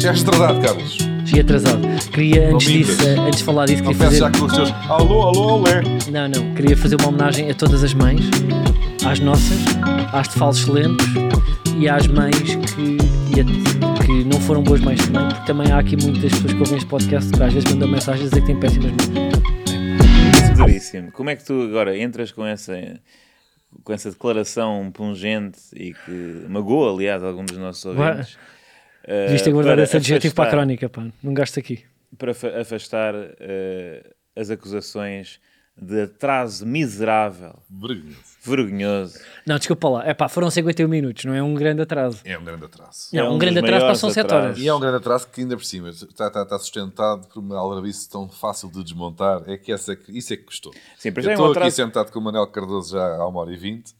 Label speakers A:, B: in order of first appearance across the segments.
A: Chegaste atrasado, é Carlos.
B: Cheguei atrasado. Queria, antes
A: Domingas.
B: disso, eh, antes de falar disso,
A: Não
B: queria
A: peço
B: fazer.
A: já com os teus alô, alô, olé.
B: Não, não. Queria fazer uma homenagem a todas as mães, às nossas, às de falsos lentos e às mães que, e a- que não foram boas mães também, porque também há aqui muitas pessoas que ouvem este podcast que às vezes mandam mensagens a dizer que têm péssimas mães.
C: Duríssimo. Como é que tu agora entras com essa, com essa declaração pungente e que magoa, aliás, algum dos nossos
B: Agora-
C: ouvintes? eh,
B: Devias ter guardado
C: para
B: é esse adjetivo para a
C: afastar-
B: crónica, pá. Não gasto aqui.
C: Para fa- afastar eh, as acusações de atraso miserável,
A: Vergonhoso.
C: vergonhoso.
B: Não, desculpa lá. É pá, foram 51 minutos, não é um grande atraso.
A: É um grande atraso.
B: Não,
C: É
B: um,
C: um
B: grande
C: dos
B: atraso
C: maiores
B: passam 7 horas.
C: atrasos.
A: E é um grande atraso que ainda por cima está, está- está sustentado por uma aldrabice tão fácil de desmontar. É que essa, isso é que custou.
C: Sim, para
A: Eu
C: já é um
A: estou aqui
C: atraso-
A: sentado com o Manuel Cardoso já há uma hora e vinte,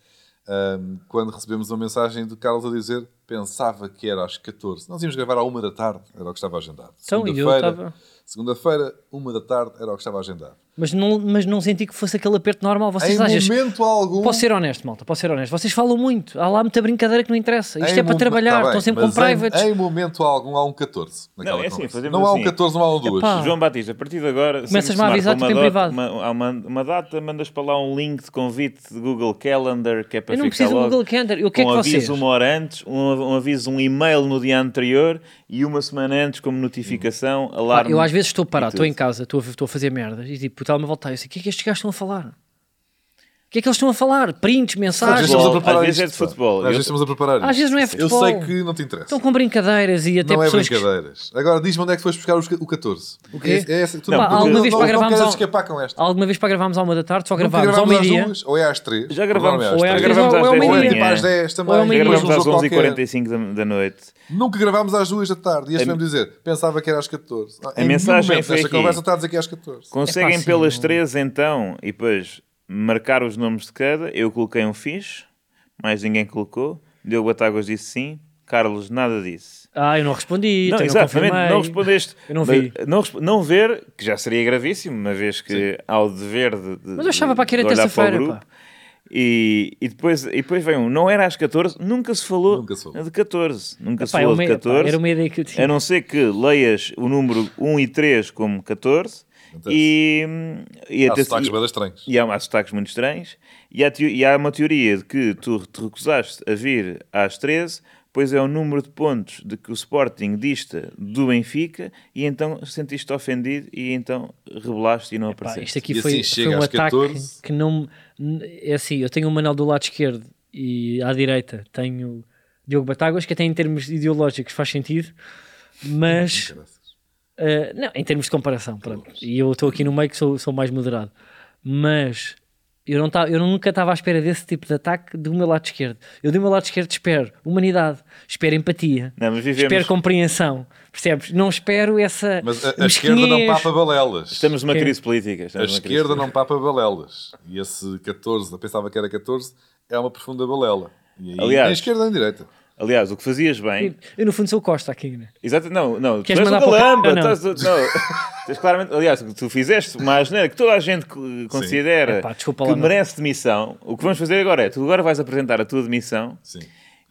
A: ahm, quando recebemos uma mensagem do Carlos a dizer pensava que era às 14. Nós íamos gravar à uma da tarde, era o que estava agendado.
B: Então, e eu
A: Segunda-feira-
B: estava-
A: Segunda-feira, uma da tarde, era o que estava agendado.
B: Mas não, mas não senti que fosse aquele aperto normal. Vocês
A: em
B: às vezes-
A: momento algum...
B: Posso ser honesto, malta, posso ser honesto. Vocês falam muito, há lá muita brincadeira que não interessa. Isto
A: Em
B: é para
A: momen-
B: trabalhar,
A: Tá bem,
B: estão sempre com
A: mas em-
B: privates.
A: Em momento algum há um 14. naquela
C: Não, é assim,
A: conversa.
C: fazemos
A: não há um
C: assim.
A: 14, não há um 2.
B: Epá. Ah.
C: João Batista, a partir de agora, sempre
B: Começas-me
C: se
B: a
C: marca
B: avisar,
C: uma
B: tipo, em
C: data-
B: privado.
C: Uma, há uma, uma data, mandas para lá um link de convite de Google Calendar, que é para
B: Eu não
C: ficar
B: preciso do
C: logo,
B: Google Calendar. Eu quero
C: um
B: que
C: aviso
B: vocês-
C: uma hora antes, um, um aviso, um e-mail no dia anterior e uma semana antes como notificação,
B: Pá,
C: alarme.
B: eu às vezes estou
C: e
B: parado,
C: tudo.
B: estou em casa, estou a, estou a fazer merdas e tipo, o telemóvel está, eu sei, o que é que estes gajos estão a falar? O que é que eles estão a falar? Prints,
A: Às
B: mensagens?
A: vezes estamos
C: Futebol.
A: a preparar
C: Às vezes
A: isto,
C: é de
A: pá.
C: futebol.
A: Às
C: Eu-
A: vezes estamos a preparar
B: Às
A: isto.
B: vezes não é futebol.
A: Eu sei que não te interessa.
B: Estão com brincadeiras e até
A: não é
B: pessoas que-
A: brincadeiras. Agora diz-me onde é que foste buscar os ca- o 14. O
B: quê?
A: É, é essa- tu
B: Não,
A: não,
B: Pá,
A: não,
B: alguma
A: não,
B: vez
A: não,
B: para
A: não
B: gravarmos
A: queres
B: ao-
A: escapar com esta.
B: Alguma vez para gravarmos à uma da tarde, só
A: Nunca
B: gravámos ao meio-dia.
A: às duas, ou é às 3.
C: Já gravámos,
B: Ou é às
C: já
B: três ou-
C: gravámos às
B: ou é ao
C: 10 da
B: meio-dia.
C: manhã.
A: Ou é tipo às 10 também.
C: Já
B: Ou é ao meio-dia.
C: gravámos
A: Ou
C: às
A: um jogo
C: 11h45 da, da noite.
A: Nunca gravámos às 2 da tarde. E este mesmo dizer, pensava que era às 14. Ah,
C: a
A: em nenhum
C: mensagem
A: momento
C: foi
A: desta
C: aqui.
A: conversa está a dizer que é às 14.
C: Conseguem
B: sim,
C: pelas
B: não-
C: 3 então e depois marcar os nomes de cada. Eu coloquei um fixe, mais ninguém colocou. Diogo Batáguas disse sim. Carlos nada disse.
B: Ah, eu não respondi,
C: Não,
B: então
C: exatamente,
B: confirmei.
C: não respondeste.
B: Eu não
C: Mas
B: vi.
C: Não, resp- não ver, que já seria gravíssimo, uma vez que há o dever de. de-
B: Mas eu achava, pá, que era
C: de olhar para o
B: terça-feira,
C: grupo.
B: pá.
C: E, e, depois, e depois vem um, não era às 14, nunca se falou,
A: Nunca se falou.
C: de 14. Nunca se
B: Pá, é
C: falou
B: uma-
C: de 14.
B: pá, era uma ideia que eu tinha.
C: A não ser que leias o número 1 e 3 como 14
A: Acontece.
C: e, e
A: Há
C: até-
A: sotaques
C: e-
A: bem estranhos.
C: e há, há sotaques muito estranhos. E há, teo- e há uma teoria de que tu te recusaste a vir às 13, pois é o número de pontos de que o Sporting dista do Benfica, e então sentiste ofendido e então rebelaste e não
B: Pá,
C: apareceste.
B: isto aqui
A: E
B: foi,
A: assim chega
B: foi um
A: às
B: ataque
A: 14.
B: que não. É assim, eu tenho o Manel do lado esquerdo e à direita tenho Diogo Batáguas, que até em termos ideológicos faz sentido, mas. eh, não, em termos de comparação, pronto. E eu estou aqui no meio que sou, sou mais moderado. Mas eu, não ta- eu nunca estava à espera desse tipo de ataque do meu lado esquerdo. Eu do meu lado esquerdo espero humanidade, espero empatia,
C: Não, mas vivemos-
B: é espero compreensão, percebes? Não espero essa.
A: Mas a- a esquerda não
B: mesquinhez.
A: papa balelas.
C: Estamos numa
B: Sim.
C: crise política.
A: A
C: estamos numa crise
A: esquerda
C: política.
A: não papa balelas. E esse 14, eu pensava que era 14, é uma profunda balela. E aí,
C: Aliás-
A: nem esquerda nem direita.
C: Aliás, o que fazias bem.
B: Eu, no fundo, sou o Costa aqui, né?
C: Exato, não, não.
B: Queres
C: tu és
B: mandar
C: uma
B: para o ca-
C: lamba.
B: Não, não.
C: Estás, não. Tens claramente, aliás, o que tu fizeste uma asneira que toda a gente co- considera
B: Epá, desculpa
C: que
B: lá, não.
C: merece demissão. O que vamos fazer agora é, tu agora vais apresentar a tua demissão
A: Sim.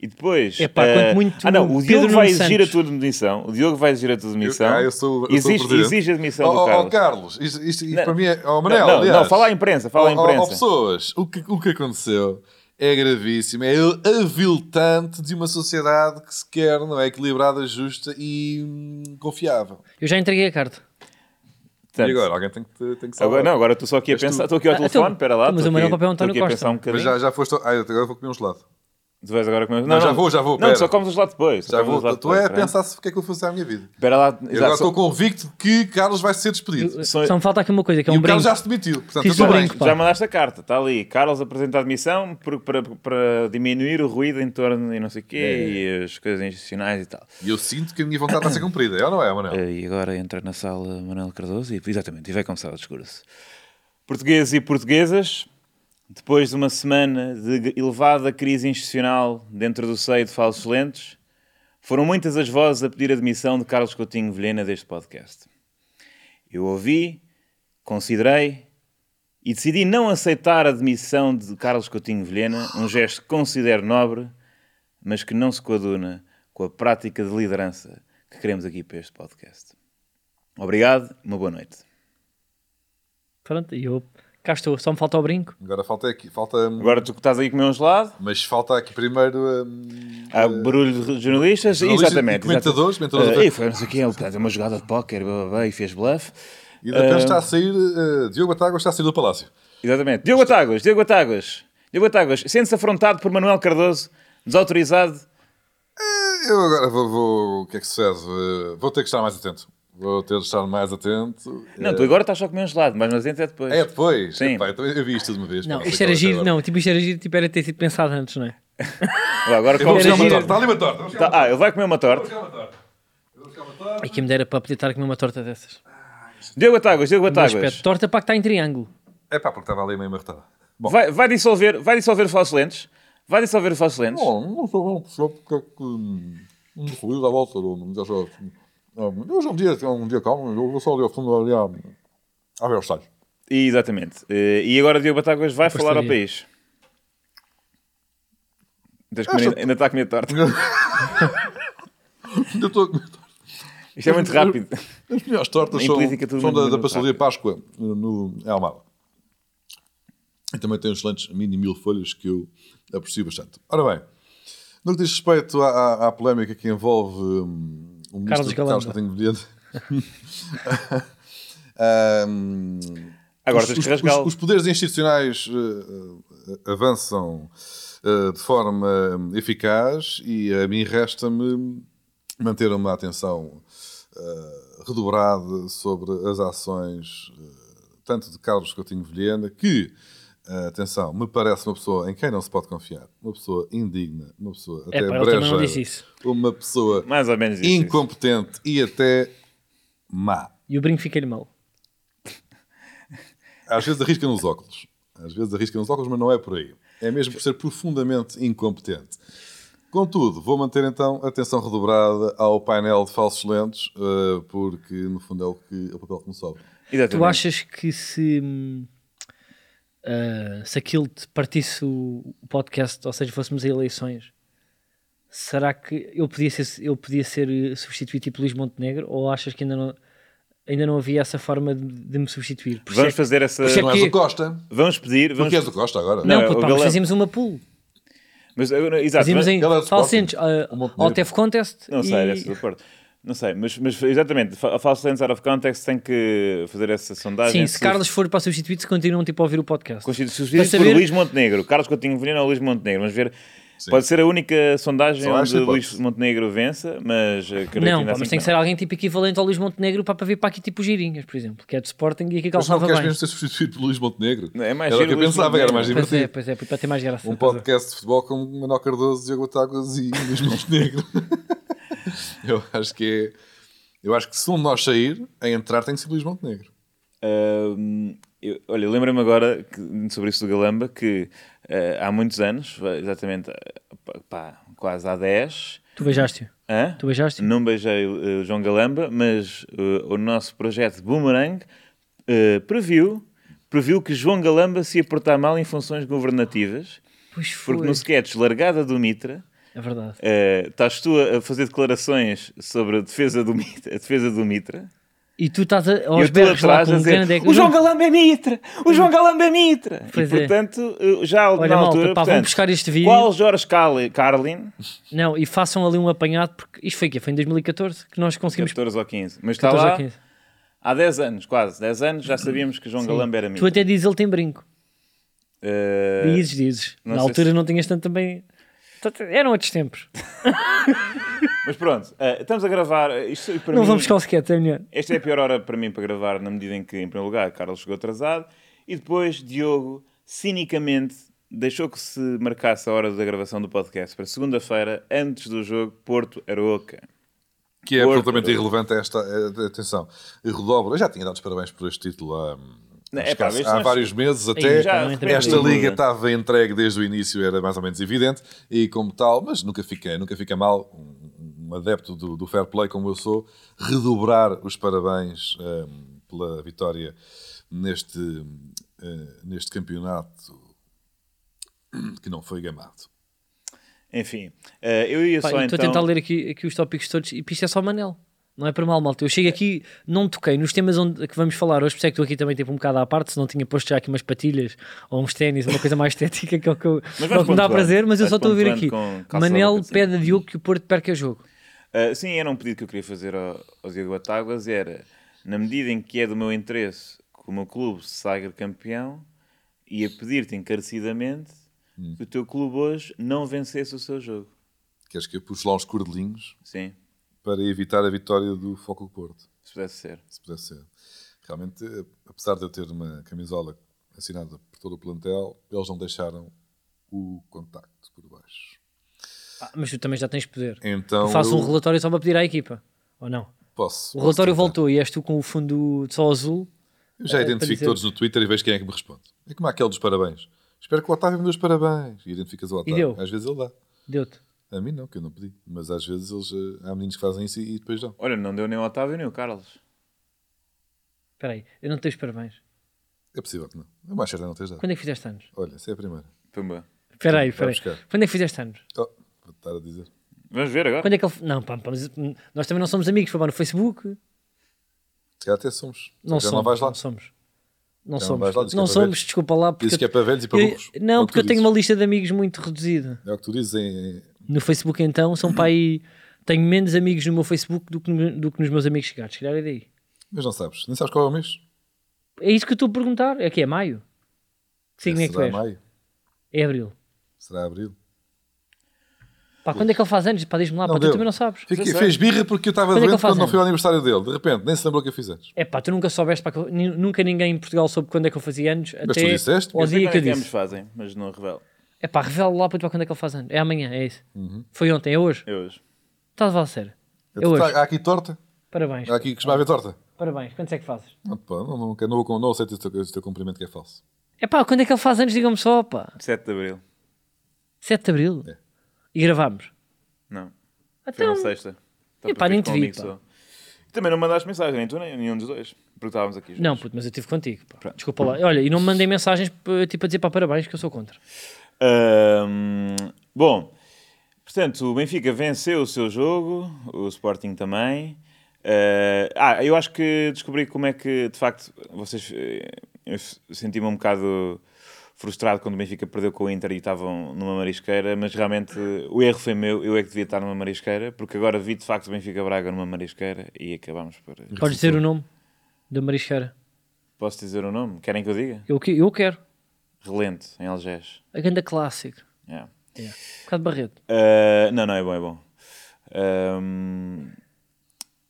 C: E depois.
B: Epá,
C: eh,
B: quanto muito
C: ah, não, o
B: Pedro
C: Diogo
B: Nuno
C: vai exigir
B: Santos.
C: a tua demissão. O Diogo vai exigir a tua demissão.
A: ah, eu sou, eu sou o
C: exige,
A: presidente.
C: exige a demissão
A: oh,
C: do
A: oh,
C: Carlos.
A: oh, Carlos, isto, isto- isto para mim é. Oh, Manel,
C: não, não,
A: aliás.
C: fala à imprensa, fala à
A: Oh, oh,
C: imprensa.
A: oh, pessoas, o que, o que aconteceu é gravíssimo, é aviltante de uma sociedade que se quer, não é? Equilibrada, justa e hum, confiável.
B: Eu já entreguei a carta.
C: Portanto,
A: E agora, alguém tem que, te- tem que salvar.
C: agora- não, agora estou só aqui a
A: És tu.
C: pensar. Estou aqui ao
B: Ah,
C: telefone,
B: então,
C: espera lá.
B: mas
C: estou
B: o Manuel
C: aqui-
B: Papel
C: estou
B: António
C: aqui a
B: Costa.
C: pensar um
A: Mas
C: bocadinho.
A: já, já foste. Ah, eu agora vou comer um gelado.
C: Tu vais agora comer-
A: já vou, já vou,
C: Não,
A: pera.
C: só comes os lados depois. só
A: Já
C: comes os
A: vou.
C: lados
A: Estou é a
C: depois, espera.
A: pensar-se o que é que eu vou fazer à minha vida.
C: Espera lá.
A: Eu agora
C: exato, só-
A: estou convicto que Carlos vai ser despedido.
C: Só-
B: Só me falta aqui uma coisa, que é
A: e
B: um
A: o Carlos
B: brinco.
A: já se demitiu. Portanto,
B: Sim,
A: tudo bem.
B: brinco, pá.
C: Já mandaste a carta, está ali. Carlos apresenta a admissão por- para, para diminuir o ruído em torno e não sei o quê
B: É.
C: e as coisas institucionais e tal.
A: E eu sinto que a minha vontade está a ser cumprida. É ou não é, Manel?
C: Eh, E agora entra na sala Manuel Cardoso e, exatamente, e vai começar o discurso. Portugueses e portuguesas, depois de uma semana de elevada crise institucional dentro do seio de falsos lentes, foram muitas as vozes a pedir a demissão de Carlos Coutinho Vilhena deste podcast. Eu ouvi, considerei e decidi não aceitar a demissão de Carlos Coutinho Vilhena, um gesto que considero nobre, mas que não se coaduna com a prática de liderança que queremos aqui para este podcast. Obrigado, uma boa noite.
B: Pronto, e eu cá estou, só me falta o brinco.
A: Agora falta aqui, falta.
C: Agora tu que estás aí com um gelado,
A: Mas falta aqui primeiro. hum,
C: há barulho de jornalistas,
A: jornalistas e
C: exatamente.
A: comentadores,
C: exatamente.
A: comentadores
C: Ah,
A: da-
C: e foi não sei o quê, ele portanto, uma jogada de póquer, blá, blá, blá, e fez bluff.
A: e da
B: É.
A: uh... está a sair. eh, Diogo Batáguas está a sair do Palácio.
C: Exatamente. Diogo Atáguas, Diogo Atáguas, Diogo Atáguas, sente-se afrontado por Manuel Cardoso, desautorizado.
A: Eu agora vou. vou- o que é que sucede? Eh, Vou ter que estar mais atento. Vou ter de estar mais atento.
C: Não, tu agora estás só a comer um gelado, mas nós dentro é depois.
A: Eh, É depois.
C: Sim.
A: Epá, então eu vi isto de uma vez.
B: Não,
A: pá,
B: isto
A: sei
B: era
A: qual é que
B: giro,
A: agora.
B: não, tipo, isto era giro, tipo, era ter sido pensado antes, não é?
C: Vá, agora
A: Eu vou
C: comes
A: buscar
B: Era
A: uma
B: giro.
A: torta. Está ali uma torta. Vou buscar
C: Tá- ah, ele vai comer uma torta.
A: uma torta. Eu vou buscar uma torta.
B: E que me dera para poder estar a comer uma torta dessas.
A: Tá,
C: Diogo Atáguas, Diogo
B: Mas
C: Atáguas.
B: pede torta para que está em triângulo.
A: É pá, porque estava ali meio marretada. Bom,
C: Vai, vai dissolver, vai dissolver o falso lentes. Vai dissolver o falso lentes.
A: Não, não sou não sou porque é que hum, um ruído à volta do mundo. Hoje é um dia, é um dia calmo, eu vou só ali ao fundo ali a, a ver os talhos.
C: E, exatamente. Eh, E agora Diogo Batáguas vai falar ao
B: pastaria.
C: país. Tens de comer-
A: Essa-
C: Ainda está a comer torta.
A: Eu tô,
C: Isto é muito rápido.
A: as melhores tortas
C: Em
A: são,
C: política tudo
A: são
C: muito
A: da, da
C: rápido.
A: pastelaria Páscoa, no, em Almada. E também tem excelentes mini mil folhas que eu aprecio bastante. Ora bem, no que diz respeito à, à- à polémica que envolve hum, o
B: Carlos
A: ministro
B: Galamba.
A: Carlos Coutinho de Vilhena. Hum,
C: Agora
A: os,
C: tens que
A: os-
C: rasgá-lo.
A: os- os poderes institucionais eh, eh, avançam eh, de forma eh, eficaz e a mim resta-me manter uma atenção eh, redobrada sobre as ações eh, tanto de Carlos Coutinho Vilhena, que, eh, atenção, me parece uma pessoa em quem não se pode confiar, uma pessoa indigna, uma pessoa até
B: É pá, ele também não
A: brejeira,
B: disse isso.
A: uma pessoa
C: Mais ou menos isso.
A: incompetente e até má.
B: E o brinco fica-lhe mal.
A: Às vezes arrisca nos óculos. Às vezes arrisca nos óculos, mas não é por aí. É mesmo por ser profundamente incompetente. Contudo, vou manter então a atenção redobrada ao painel de falsos lentes, eh, porque no fundo é o, que, é o papel que me sobra.
C: Exatamente.
B: Tu achas que se. hum, ah, se aquilo te partisse o o podcast, ou seja, fôssemos a eleições, será que eu podia ser, eu podia ser eh, substituído tipo Luís Montenegro? Ou achas que ainda não, ainda não havia essa forma de, de me substituir? Por
C: Vamos
B: isso é
C: fazer essa.
B: por isso é
A: Não és
B: que-
A: o Costa.
C: Vamos pedir. Vamos...
A: Porque és o Costa agora.
B: que- Não,
C: Não,
B: puto,
C: o Ah,
B: pá, nós
C: Galamba-
B: fazíamos uma pool.
C: Mas, agora- exato,
B: Fazíamos
C: mas-
B: em
A: Ele é do
B: Falsentes,
A: Sporting.
B: ah,
A: O Montenegro.
B: Out of Contest.
C: Não
B: e...
C: sei, dessa do Porto. Não sei, mas, mas exatamente. fa- A False Lens Out of Context tem que fazer essa
B: Sim,
C: sondagem.
B: se Carlos for para substituir, se continuam tipo a ouvir o podcast.
C: Constitu-
B: Para
C: Substituído
B: saber,
C: por Luís Montenegro. Carlos Coutinho Vilhena ou Luís Montenegro. Vamos ver. Pode ser a única sondagem
A: Só
C: onde
A: esta
C: Luís
A: hipótese.
C: Montenegro vença, mas eh, acredito
B: não,
C: ainda
B: pá,
C: assim
B: mas tem que ser alguém tipo equivalente ao Luís Montenegro para, para vir para aqui tipo o Girinhas, por exemplo, que é de Sporting e aqui
A: Mas não
B: calçava
A: queres
B: bem.
A: mesmo ser substituído por Luís Montenegro?
C: Não, é mais
A: era o
C: giro
A: que eu
C: Luís
A: pensava, era mais
C: Montenegro.
B: Pois é,
A: divertido.
B: pois é, para ter mais graça.
A: Um
B: estás a ver?
A: podcast de futebol com Manuel Cardoso, Diogo Táguas e Luís Montenegro. eu acho que é... Eu acho que se um de nós sair, a entrar tem que ser Luís Montenegro.
C: Ahm, eu- olha, lembra-me agora que- sobre isso do Galamba que eh, há muitos anos, exatamente eh, pá, pá, quase há 10.
B: Tu beijaste-o.
C: Hã?
B: Tu beijaste?
C: Não beijei eh, o João Galamba, mas eh, o nosso projeto Boomerang eh, previu, previu que João Galamba se ia portar mal em funções governativas,
B: Pois
C: porque
B: foi.
C: no sketch Largada do Mitra,
B: É verdade.
C: eh, estás tu a a fazer declarações sobre a defesa do Mitra. A defesa do Mitra
B: E tu estás a,
C: e eu
B: aos
C: estou
B: berros lá
C: atrás
B: com
C: a
B: um
C: dizer,
B: grande...
C: o João Galamba é Mitra, o João Galamba é Mitra.
B: Pois
C: e
B: é.
C: portanto, eh, já
B: Olha,
C: na
B: malta,
C: altura,
B: pá, vão
C: portanto,
B: buscar este vídeo.
C: Qual Jorge Carli- Carlin,
B: Não, e façam ali um apanhado, porque isto foi o quê? Foi em 2014 que nós conseguimos...
C: 14 é ou 15, mas está
B: 14 ou
C: Tá lá
B: 15.
C: há 10 anos, quase 10 anos, já sabíamos que João Galamba era
B: Tu
C: Mitra.
B: até dizes ele tem brinco.
C: Eh,
B: Dizes, dizes.
C: não
B: Na
C: sei
B: altura
C: se-
B: não tinhas tanto também... Tanto- Eram outros tempos.
C: Mas pronto, eh, estamos a gravar. eh, Isto, para
B: Não
C: mim,
B: vamos buscar o sketch, é melhor.
C: Esta é a pior hora para mim para gravar, na medida em que, em primeiro lugar, Carlos chegou atrasado e depois Diogo, cinicamente, deixou que se marcasse a hora da gravação do podcast para segunda-feira, antes do jogo Porto-Aroca.
A: que é
C: Porco.
A: absolutamente irrelevante a esta eh, atenção. Redobro, eu já tinha dado os parabéns por este título há, hum,
C: Não,
A: acho
C: é
A: que
C: pá,
A: há-
C: isto
A: há
C: nós-
A: vários meses
B: Ei,
A: até.
B: já-
A: Esta
B: Sim.
A: liga estava entregue desde o início, era mais ou menos evidente, e como tal, mas nunca fica, nunca fica mal, um, um adepto do, do fair play como eu sou, redobrar os parabéns hum, pela vitória neste, hum, eh, neste campeonato hum, que não foi gamado.
C: Enfim, eh, eu ia
B: Pá,
C: só
B: eu estou
C: então...
B: a tentar ler aqui, aqui os tópicos todos e isto é só Manel. Não é para mal, malta. Eu chego aqui, não toquei nos temas onde, que vamos falar hoje, por isso é que estou aqui também tipo um bocado à parte, se não tinha posto já aqui umas patilhas ou uns ténis, uma coisa mais estética que é o que, eu,
C: Mas vais
B: é o que me dá
C: pontuando.
B: prazer, mas eu
C: Vais
B: só estou a ouvir aqui.
C: pontuando com calça
B: Manel
C: branca, sim.
B: pede a Diogo que o Porto perca jogo.
C: Uh, sim, era um pedido que eu queria fazer ao, ao Diogo Batáguas, era, na medida em que é do meu interesse que o meu clube se sagre campeão, ia pedir-te encarecidamente que o teu clube hoje não vencesse o seu jogo.
A: Queres que eu puxe lá uns cordelinhos
C: Sim,
A: para evitar a vitória do Foco Porto,
C: se pudesse ser.
A: se pudesse ser. Realmente, eh, apesar de eu ter uma camisola assinada por todo o plantel, eles não deixaram o contacto por baixo.
B: Ah, mas tu também já tens poder.
A: Então,
B: eu faço
A: eu
B: um relatório só para pedir à equipa, ou não?
A: posso.
B: O relatório
A: posso tentar.
B: voltou e és tu com o fundo de sol azul.
A: Eu já
B: eh, para
A: identifico
B: dizer-
A: todos no Twitter e vejo quem é que me responde. É como aquele dos parabéns. Espero que o Otávio me dê os parabéns. E identificas o Otávio.
B: deu?
A: Às vezes ele dá.
B: Deu-te.
A: A mim não, que eu não pedi. Mas às vezes eles, eh, há meninos que fazem isso e e depois dão.
C: Olha, não deu nem o Otávio nem o Carlos.
B: Espera aí, eu não tenho os parabéns.
A: É possível que não. Eu mais certo é não tens dado.
B: Quando é que fizeste anos?
A: Olha, essa é a primeira.
C: Pumba.
B: Espera aí, espera aí.
A: buscar.
B: Quando é que fizeste anos?
A: Oh, vou estar a dizer.
C: Vamos ver agora?
B: Quando é que ele. Não, pá, pá, mas, hum, nós também não somos amigos, foi lá no Facebook.
A: Se calhar até somos.
B: Não
A: já
B: somos.
A: Então não vais lá.
B: somos. Não
A: Já não
B: somos.
A: vais lá, diz que
B: não
A: é para
B: somos,
A: velhos.
B: desculpa lá. Porque
A: Dizes que é para velhos e para
B: eu-
A: burros. É o
B: Não,
A: que
B: porque
A: tu
B: eu tenho
A: dizes.
B: uma lista de amigos muito reduzida.
A: É o que tu dizes em...
B: No Facebook, então, são para aí. Tenho menos amigos no meu Facebook do que, no- do que nos meus amigos chegados. Se calhar é daí.
A: Mas não sabes. Nem sabes qual é o mês.
B: É isso que eu estou a perguntar. É que é maio? Que signo é que tu
A: Será
B: és?
A: maio?
B: É abril.
A: Será abril?
B: Pá, quando é que ele faz anos? Pá, diz-me lá.
A: Não
B: Pá, tu
A: deu.
B: também não sabes.
A: Fiquei-
C: sei.
A: fez birra porque eu estava
B: Quando é que
A: doente
B: ele faz
A: quando não
B: anos?
A: foi ao aniversário dele. De repente, nem se lembrou que eu fiz antes.
B: É pá, tu nunca soubeste. Pá, que eu- nin- nunca ninguém em Portugal soube quando é que eu fazia anos.
A: Mas tu
B: até
A: disseste?
B: ao
C: Eu sei
B: dia
C: quando
B: que
C: é
B: eu
C: que ambos
B: disse.
C: fazem, mas não revelo.
B: É pá, revela lá puto, para quando é que ele faz anos. É amanhã, é isso. Foi ontem, é hoje.
C: É hoje.
B: Estás a falar sério. É
A: Tu
B: hoje.
A: tá- Há aqui torta?
B: Parabéns.
A: Há aqui que costuma haver torta?
B: Parabéns. Quantos é que fazes?
A: Não, pá, não, não, não, não, não aceito esse teu, esse teu cumprimento que é falso.
B: É pá, quando é que ele faz anos? Digam-me só, pá.
C: 7 de Abril.
B: 7 de Abril.
A: É.
B: E gravámos.
C: Não. Foi
B: Então,
C: na sexta. Então,
B: Epá, nem te vi,
C: comigo
B: pá.
C: só. Também não mandaste mensagem, nem tu, nem nenhum dos dois. Porque estávamos aqui juntos.
B: não, puto, mas eu estive contigo. pá. Desculpa lá. Olha, e não me mandei mensagens p- tipo a dizer pá, parabéns, que eu sou contra.
C: Ahm, bom, portanto, o Benfica venceu o seu jogo, o Sporting também. Eh, ah, eu acho que descobri como é que, de facto, vocês. eh, Eu s- senti-me um bocado frustrado quando o Benfica perdeu com o Inter e estavam numa marisqueira, mas realmente eh, o erro foi meu, eu é que devia estar numa marisqueira, porque agora vi de facto o Benfica Braga numa marisqueira e acabámos por.
B: Podes dizer o nome da marisqueira?
C: Posso dizer o nome? Querem que eu diga?
B: Eu, que- eu quero.
C: Relente, em Algés.
B: A ganda clássica.
C: Yeah.
B: Yeah. Um bocado barreto.
C: Uh, não, não, é bom, é bom. Um,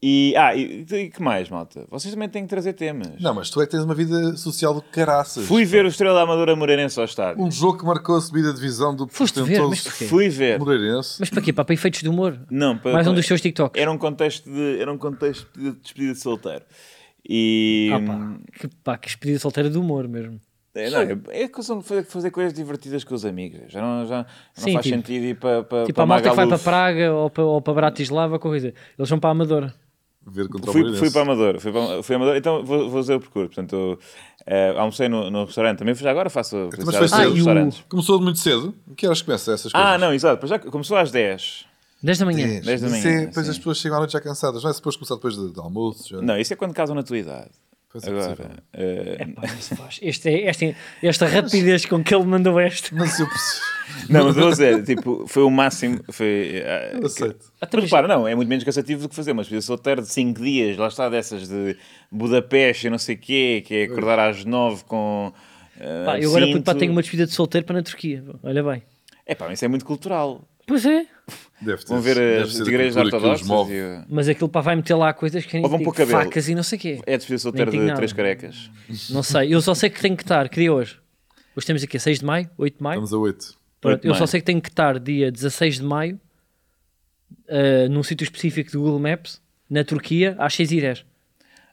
C: e, ah, e, e que mais, malta? Vocês também têm que trazer temas.
A: Não, mas tu é que tens uma vida social do caraças.
C: Fui ver o Estrela Amadora Moreirense ao estádio.
A: Um jogo que marcou a subida de divisão do
B: Foste ver, mas
A: portentoso
B: porquê?
C: Fui ver.
A: Moreirense.
B: Mas para quê? Pá, para efeitos de humor?
C: Não, para-
B: Mais um dos seus TikToks.
C: Era um contexto de, era um contexto de despedida de solteiro. E.
B: Ah, pá, que, pá, que expedida solteira de humor mesmo.
C: É, não, é, é questão de fazer, fazer coisas divertidas com os amigos. Já não, já não
B: Sim,
C: faz
B: tipo-
C: sentido ir para. para
B: Tipo,
C: para
B: a malta que vai para
C: Magaluf.
B: Praga ou para, ou para Bratislava, qualquer coisa. Eles vão para a Amadora.
A: Ver contra o
C: Fui,
A: Moreirense.
C: fui para Amador, fui, para, fui Amador, então vou, vou fazer o percurso. Portanto, eu, eh, almocei no, no restaurante, também já agora faço
A: Mas
C: publicidade
A: foi
C: a
A: cedo.
C: restaurantes.
A: Começou muito cedo. Que horas começa essas coisas?
C: Ah, não, exato, pois já começou às 10.
B: 10 da manhã.
A: Dez.
C: Dez da
A: Mas
C: manhã,
A: é, depois
C: sim.
A: as pessoas chegam à noite já cansadas. Não é suposto começar depois do de, almoço? Já.
C: Não, isso é quando casam na tua idade.
A: Pois é possível.
C: Agora, eh,
B: Pá, não se faz. Este, é- este, é- esta rapidez com que ele mandou este.
A: Mas eu perce-
C: não, mas eu vou dizer, tipo, foi o máximo. Foi, eh,
A: eu
C: que-
A: aceito.
C: Mas repara, não, é muito menos cansativo do que fazer uma despedida solteira de 5 dias, lá está dessas de Budapeste e não sei o quê, que é acordar às 9 com. eh,
B: Pá, eu agora puto,
C: absinto.
B: pá, tenho uma despedida de solteiro para na Turquia. Olha bem.
C: É pá, isso é muito cultural.
B: Pois é.
A: Deve ter.
C: Vão ver
A: deve
C: as
A: ser tipo da
C: igrejas
A: cultura que os
C: ortodoxas.
A: move.
C: e o-
B: Mas aquilo pá, vai meter lá coisas que nem
C: Ou vão
B: digo,
C: pôr cabelo.
B: facas e não sei o quê.
C: É a despedida solteira
B: Nem
C: de
B: digo nada.
C: três carecas.
B: Não sei. Eu só sei que tenho que estar. Que dia é hoje? Hoje temos aqui 6 de maio, 8 de maio.
A: Estamos a 8.
B: Pronto,
C: 8 de
B: eu só
C: maio.
B: sei que tenho que estar dia 16 de maio ah, num sítio específico do Google Maps, na Turquia, às 6h10.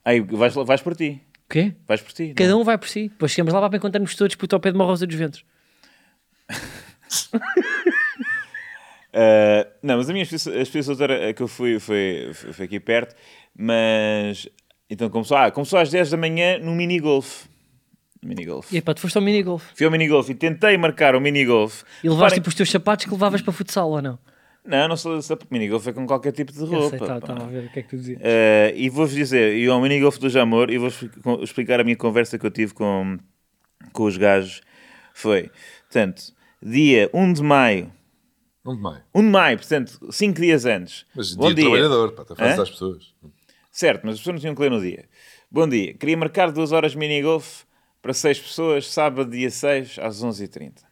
C: Aí vais, vais por ti.
B: O quê?
C: Vais por ti. é?
B: Cada um vai por si. Depois chegamos lá pá, para encontrarmos todos puto ao pé de uma rosa dos ventos.
C: Uh, não, mas a minha experiência a experiência solteira que eu fui foi, foi foi aqui perto, mas então começou, ah, começou às 10 da manhã no mini golf. Minigolf.
B: E pá, tu foste ao minigolf.
C: Fui ao minigolf e tentei marcar o minigolf.
B: E levaste
C: Reparem-
B: tipo os teus sapatos que levavas para futsal ou não?
C: Não, não sou de sapato. Minigolf é com qualquer tipo de
B: Eu
C: roupa.
B: sei, tá-
C: pá.
B: estava a ver o que é que tu dizias.
C: Eh, e vou-vos dizer, eu ao minigolf do Jamor, e vou-vos co- explicar a minha conversa que eu tive com, com os gajos. Foi, portanto, dia 1 de maio,
A: Não de maio.
C: 1 de maio, portanto, 5 dias antes.
A: Mas dia, de trabalhador, pá, está fácil
C: Hã?
A: às pessoas.
C: Certo, mas as pessoas não tinham que ler no dia. Bom dia, queria marcar duas horas de minigolf para seis pessoas, sábado dia 6 às 11h30.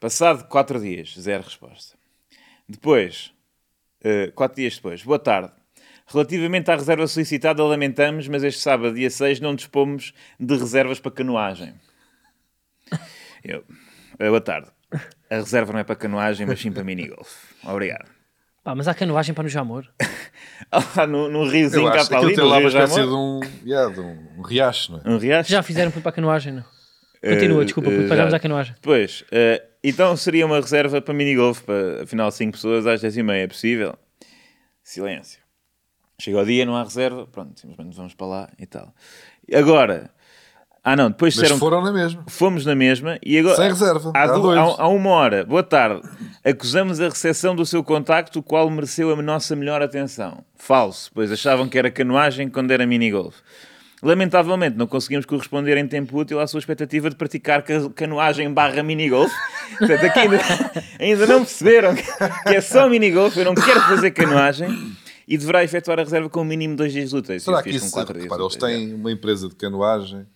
C: Passado quatro dias, zero resposta. Depois, eh, quatro dias depois, boa tarde. Relativamente à reserva solicitada, lamentamos, mas este sábado, dia 6, não dispomos de reservas para canoagem. Eu, eh, boa tarde. A reserva não é para canoagem, mas sim para minigolf. Obrigado.
B: Pá, mas há canoagem para no Jamor.
C: Ah, no, no riozinho
A: Eu
C: cá
A: acho que
C: para ali,
A: aquilo tem
C: no
A: lá uma
C: Rio
A: espécie de
C: Jamor.
A: um, yeah, de um riacho, não é?
C: Um riacho?
B: Já fizeram para a canoagem, não? Continua,
C: Eh,
B: desculpa,
C: eh,
B: porque pagámos
C: já.
B: à canoagem.
C: Pois, eh, então seria uma reserva para minigolf, para afinal 5 pessoas às 10 e meia, é possível? Silêncio. Chega o dia, não há reserva, pronto, simplesmente vamos para lá e tal. Agora, ah não, depois
A: Mas
C: disseram que
A: foram na mesma.
C: fomos na mesma e agora...
A: Sem reserva,
C: Há,
A: há
C: du-
A: dois.
C: há- há uma hora, boa tarde, acusamos a recepção do seu contacto, o qual mereceu a nossa melhor atenção. Falso, pois achavam que era canoagem quando era minigolf. Lamentavelmente, não conseguimos corresponder em tempo útil à sua expectativa de praticar ca- canoagem barra minigolf. Portanto, aqui ainda, ainda não perceberam que é só minigolf, eu não quero fazer canoagem e deverá efetuar a reserva com o mínimo dois dias úteis.
A: Será
C: Eu
A: que
C: fiz com
A: isso.
C: quatro dias
A: Repara, eles
C: úteis, é.
A: têm uma empresa de canoagem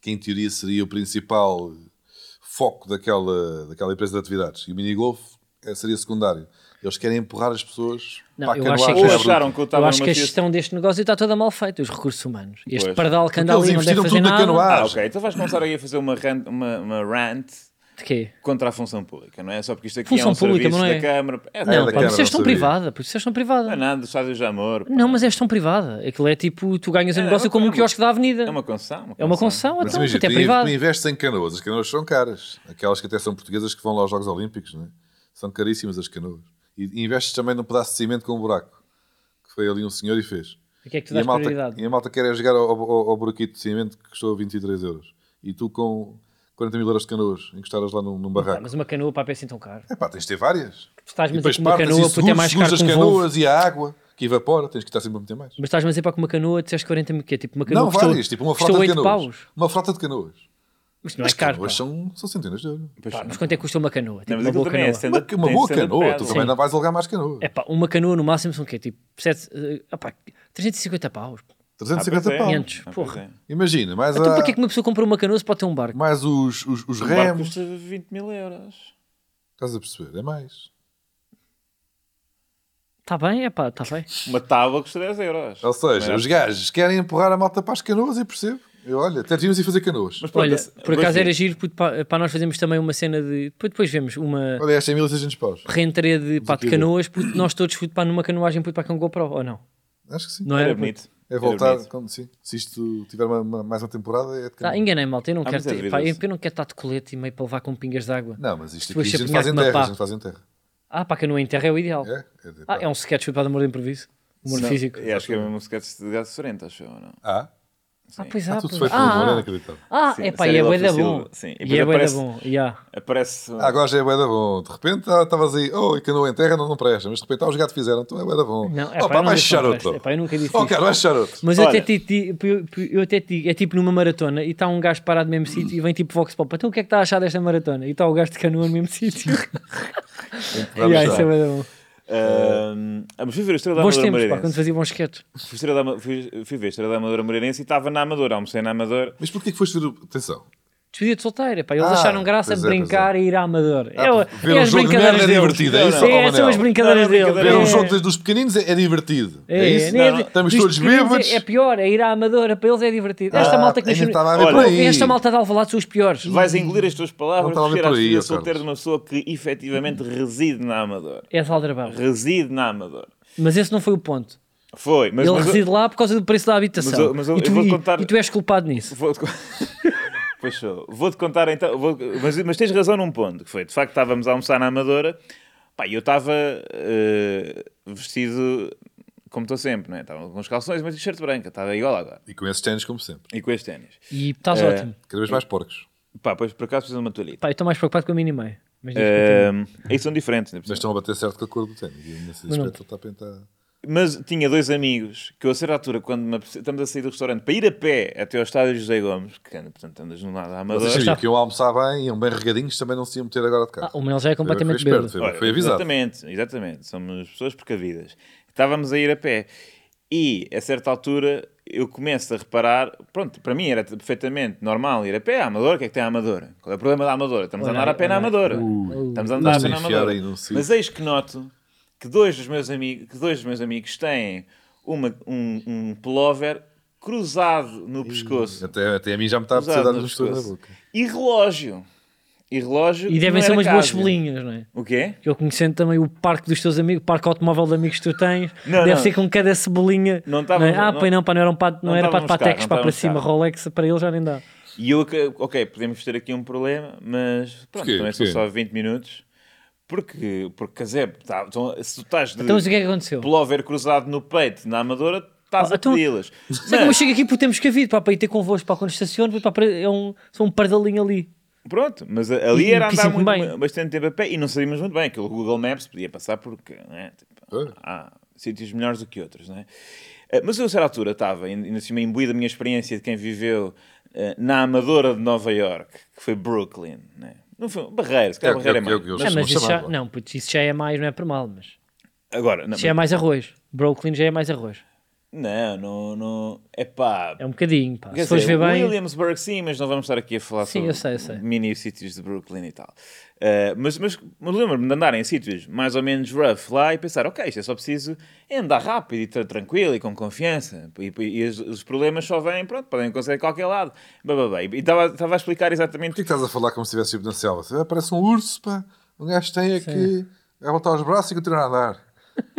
A: que, em teoria, seria o principal foco daquela, daquela empresa de atividades. E o minigolf é, seria secundário. Eles querem empurrar as pessoas
B: Não,
A: para a
B: eu acho
A: canoagem.
B: é
C: Ou
B: que-
C: acharam que eu
B: Eu
C: estava
B: acho
C: numa
B: que a
C: fiesta-
B: gestão deste negócio está toda mal feita, os recursos humanos. Este
C: Pois.
B: pardal que anda
A: Porque
B: ali
A: Então eles
B: não deve
A: investiram
B: fazer
A: tudo na
B: nada.
A: canoagem.
C: Ah, ok. Então vais começar aí a fazer uma rant, uma, uma rant
B: De quê?
C: contra a função pública, não é? Só porque isto aqui é
B: Função
C: um
B: pública,
C: serviço
B: mas não é?
C: da Câmara. É,
A: é
B: Não,
A: da
B: pá,
A: Câmara,
B: mas é gestão
A: não sabia. Ah,
B: privada, pô, isso é gestão
C: Não
B: privada.
C: é nada, do estádio de amor. pá.
B: Não, mas é gestão privada. Aquilo é tipo, tu ganhas um
C: É,
B: negócio
C: é
B: como um
C: uma-
B: quiosque da avenida.
C: É uma concessão.
B: É uma concessão,
A: Mas
B: então,
A: imagina,
B: até
A: tu
B: é
A: in- tu
B: privado.
A: investes em canoas. As canoas são caras. Aquelas que até são portuguesas que vão lá aos Jogos Olímpicos, não é? São caríssimas as canoas. E e investes também num pedaço de cimento com um buraco. Que foi ali um senhor e fez.
B: O que é que tu
A: E a,
B: dás
A: malta,
B: prioridade?
A: e a malta quer é jogar ao, ao, ao buraquito de cimento que custou 23 euros. E tu com 40 mil euros de canoas encostaras lá num, num
B: Pá,
A: barraco.
B: mas uma canoa para é assim tão caro.
A: É pá, tens de ter várias.
B: Estás-me a dizer que uma
A: partes
B: canoa
A: Ah. e
B: puto, é mais
A: seguros
B: caro
A: as
B: que um Volvo.
A: canoas e a água que evapora. Tens que estar sempre a meter mais.
B: Mas estás-me a dizer para que uma canoa disseste 40 mil, que é tipo uma canoa
A: não,
B: custou,
A: várias. Tipo uma
B: custou
A: frota de
B: 8
A: canoas.
B: paus.
A: Uma frota de canoas.
B: Mas não
A: As
B: é caro.
A: canoas
B: pá.
A: são, são centenas de euros.
B: Pá, mas quanto é que custa uma canoa? Tipo,
C: Não, mas
B: uma
C: aquilo
B: boa
C: também é
B: canoa.
A: Uma,
C: stand-up.
A: uma
C: tem
A: boa
C: stand-up
A: canoa. Tu
C: paddle.
A: também não vais alugar mais canoas.
B: É pá, uma canoa no máximo são o quê? Tipo, sete, eh, opá, 350 paus.
C: Ah, pois
A: 350
C: é.
A: pau.
B: 500,
C: Ah, pois
B: porra.
C: é.
A: Imagina, mais,
B: Então
A: a-
B: para que é que uma pessoa compra uma canoa se pode ter um barco?
A: mais os, os, os
C: Um barco
A: remos.
C: custa 20 mil euros.
A: Estás a perceber? É mais.
B: Está bem, é pá, está bem.
C: Uma tábua custa 10 euros.
A: Ou seja,
C: Não é?
A: os gajos querem empurrar a malta para as canoas e percebo. Eu, olha, até devíamos ir fazer canoas.
C: Mas pronto,
B: Olha,
C: esse-
B: por
C: pois
B: acaso
C: sim.
B: era giro puto, para, para nós fazermos também uma cena de. Depois, depois vemos uma
A: Olha, esta é 1600 paus.
B: rentrée de, pá, de
A: Aquilo.
B: canoas, puto, nós todos puto, pá, numa canoagem puto, para com GoPro, ou não?
A: Acho que sim.
B: Não era?
C: Era
B: puto?
C: bonito.
A: É
C: Era
A: voltar,
C: bonito.
A: quando, sim. se isto tiver uma- uma- mais uma temporada, é de
B: Tá,
A: canoas.
B: enganei, malta, eu não
C: Ah,
B: quero
C: mas é
B: ter, pá, eu,
C: duvidoso.
B: eu não quero estar de colete e meio para levar com pingas de água.
A: Não, mas isto
B: Tu
A: aqui a
B: vais
A: gente
B: sempre
A: faz
B: pinhar
A: em
B: com uma
A: terra.
B: pá.
A: A gente faz em terra.
B: Ah, pá, canoa em terra é o ideal.
A: É? É de-
B: Ah, é um sketch puto, para de amor de improviso. Humor
C: Não,
B: físico.
C: eu acho que é mesmo um sketch de gato sorrento, acho eu, não?
A: Ah,
B: Ah, pois é.
A: está
B: Ah,
A: tudo
B: pois-
A: feito por
B: ah,
A: humor, é
B: ah,
A: inacreditável.
B: ah,
C: Sim,
B: é pá,
C: a
B: e é
C: série
B: bué da
C: Alfa
B: bom.
C: Silva, sim.
B: E
C: E depois
B: é bué da
C: aparece-
B: bom. yeah.
C: Aparece.
A: Ah, agora já é bué da bom. De repente ah, estavas aí, oh, e canoa em terra não, não presta, mas de repente ah, os gatos fizeram, então é bué da bom.
B: Não, é
A: oh,
B: pá, eu
A: pá,
B: não
A: vais
B: disse
A: fechar
B: não
A: outro.
B: presta. É pá, eu nunca disse
A: oh,
B: isso.
A: cara, vais fechar outro.
B: Mas eu até,
C: Olha.
B: te, ti- eu- eu até te digo, é tipo numa maratona e está um gajo parado no mesmo sítio e vem tipo Vox Pop, então o que é que está a achar desta maratona? E está o gajo de canoa no mesmo sítio.
A: Vamos
B: yeah,
A: lá.
B: isso é bué da bom.
C: ahm, ah, mas fui ver a Estrela da
B: Bons
C: Amadora
B: tempos, pá, quando
C: Moreirense.
B: fazia bons sketches.
C: Fui Estrela da Ama- Fui fui ver a Estrela da Amadora Moreirense e estava na Amadora, almocei na Amadora.
A: Mas porquê que foste ver o... Atenção.
B: Despedida de solteira, pá, eles
A: Ah,
B: acharam graça
A: pois é,
B: brincar e ir à Amador.
A: Ah,
B: é, o-
A: ver
B: é
A: um
B: as
A: jogo de
B: brincadeiras
A: merda é
B: deles.
A: divertido, é isso?
B: É,
A: Oh,
B: essas são
A: Manel.
B: as brincadeiras
C: Não, é
B: deles.
C: brincadeira.
A: Ver
B: é.
A: um jogo dos- dos pequeninos é, é divertido. É,
B: É,
A: isso?
B: nem é
C: Não,
B: di-
A: estamos
B: dos
A: todos
B: pequeninos
A: bêbados.
B: É, é pior, é ir à Amadora, para eles é divertido. Esta
A: Ah,
B: malta que
A: a gente
B: nasceu-
A: estava a ver por
C: Olha,
A: aí.
B: Esta malta de Alvalade são os piores.
C: Vais engolir as tuas palavras
A: Não estava a
C: por
A: ver
C: ser
A: por
C: a
A: aí,
C: despedida
A: ó,
C: solteira de uma pessoa que efetivamente reside na Amadora.
B: É de Aldrabão.
C: Reside na Amadora.
B: Mas esse não foi o ponto.
C: Foi, mas.
B: Ele
C: mas-
B: reside lá por causa do preço da habitação.
C: Mas eu- mas eu-
B: e, tu,
C: eu vou
B: e-
C: contar-
B: e tu és culpado nisso.
C: Vou-te con- Pois sou. Vou-te contar então. vou- Mas, mas tens razão num ponto, que foi. De facto, estávamos a almoçar na Amadora. Pá, e eu estava eh, vestido como estou sempre, né? Estava com os calções e uma t-shirt branca, estava igual agora.
A: E com esses ténis, como sempre.
C: E com estes ténis.
B: E estás
C: Eh,
B: ótimo.
A: Cada vez mais porcos.
C: Pá, pois por acaso fiz uma toalhita.
B: Pá, eu estou mais preocupado com a mini meia. Mas diz, continua.
C: Ahm, aí são diferentes, né?
A: Mas estão a bater certo com a cor do ténis. E nesse
B: Não, não.
A: aspecto ele está a pintar.
C: Mas tinha dois amigos que eu, a certa altura, quando me aperce- estamos a sair do restaurante, para ir a pé até ao estádio José Gomes, que portanto andas no lado amador.
A: Vocês
B: está.
A: sabiam que iam almoçar bem, iam bem regadinhos, também não se iam meter agora de carro.
B: Ah, o Manel já é completamente
A: foi
B: bêbado.
A: esperto, foi,
C: Ora,
A: foi avisado.
C: Exatamente, exatamente. Somos pessoas precavidas. Estávamos a ir a pé. E, a certa altura, eu começo a reparar... Pronto, para mim era perfeitamente normal ir a pé à Amadora. O que é que tem a Amadora? Qual é o problema da Amadora? Estamos a
B: Olha
C: andar a
B: aí,
C: pé na
B: olha aí.
C: Amadora.
A: Ui.
C: Estamos a andar a
A: Estás
C: pé
A: a
C: na
A: enfiar
C: Amadora.
A: aí num sítio.
C: Mas eis que noto que dois dos meus amigos, que dois dos meus amigos têm uma, um, um pullover cruzado no pescoço.
A: Até, até a mim já me está a precisar
C: Cruzado
A: dar
C: no
A: é um estouro na
C: pescoço.
A: boca.
C: E relógio. E relógio
B: E
C: que
B: devem
C: não
B: ser
C: era
B: umas boas
C: Casio.
B: bolinhas, não é?
C: O quê?
B: Eu conhecendo também o parque dos teus amigos, o parque automóvel de amigos que tu tens,
C: Não,
B: deve
C: não.
B: ser com cada cebolinha.
C: Não estava-
B: é? Ah,
C: não-
B: pois não, pá, não era, um pato, não
C: não
B: era
C: estava
B: pato
C: nos
B: para
C: carros,
B: Tex,
C: não
B: pá,
C: estava
B: para
C: nos
B: cima,
C: carros.
B: Rolex, para ele já nem dá.
C: E eu, ac- ok, podemos ter aqui um problema, mas pronto,
A: Porquê?
C: também são
A: Porquê?
C: só 20 minutos. Porque, porque quer dizer, tá- então, se tu estás de
B: Então, mas o que é que aconteceu?
C: pullover cruzado no peito na Amadora, estás
B: Ah,
C: a
B: então-
C: pedi-las.
B: Sei como eu
C: Mas,
B: chego aqui porque temos que vir, pá, para ir ter convosco, pá, quando estaciono, pá, para- é um, sou um pardalinho ali.
C: pronto, mas a- ali
B: E- e
C: era andar
B: pisam-te
C: muito,
B: bem.
C: bastante tempo a pé e não sabíamos muito bem. Aquilo Google Maps podia passar porque né, tipo,
A: Pois.
C: há sítios melhores do que outros, não é? Eh, Mas eu, a certa altura, estava, ainda ainda assim, imbuído da minha experiência de quem viveu eh, na Amadora de Nova York, que foi Brooklyn, né? não foi Barreiro, se
A: É
C: calhar
A: o que-
C: Barreiro
A: é o
C: é mais.
A: que eu-
B: Não, Ah, mas
A: se
B: isso já,
A: chamava.
B: não, putz, isso já é mais, não é para mal, mas.
C: Agora, não,
B: Isso já é mais arroz. Brooklyn já é mais arroz.
C: não, não, não. Epá,
B: É um bocadinho, pá.
C: Quer
B: Se fores
C: dizer,
B: ver bem.
C: Williamsburg, sim, mas não vamos estar aqui a falar
B: Sim,
C: sobre
B: eu sei, eu sei.
C: mini sítios de Brooklyn e tal. Uh, mas mas, mas lembro-me de andar em sítios mais ou menos rough lá e pensar, ok, isto é só preciso andar rápido e tra- tranquilo e com confiança. E, e- e os, os problemas só vêm, pronto, podem acontecer de qualquer lado. Bá, bá, bá. E estava estava a explicar exatamente
A: Porquê que estás a falar como se estivesse tipo na selva? Você, "Ah, Parece um urso, pá. Um gajo tem aqui é a botar os braços e continuar a andar.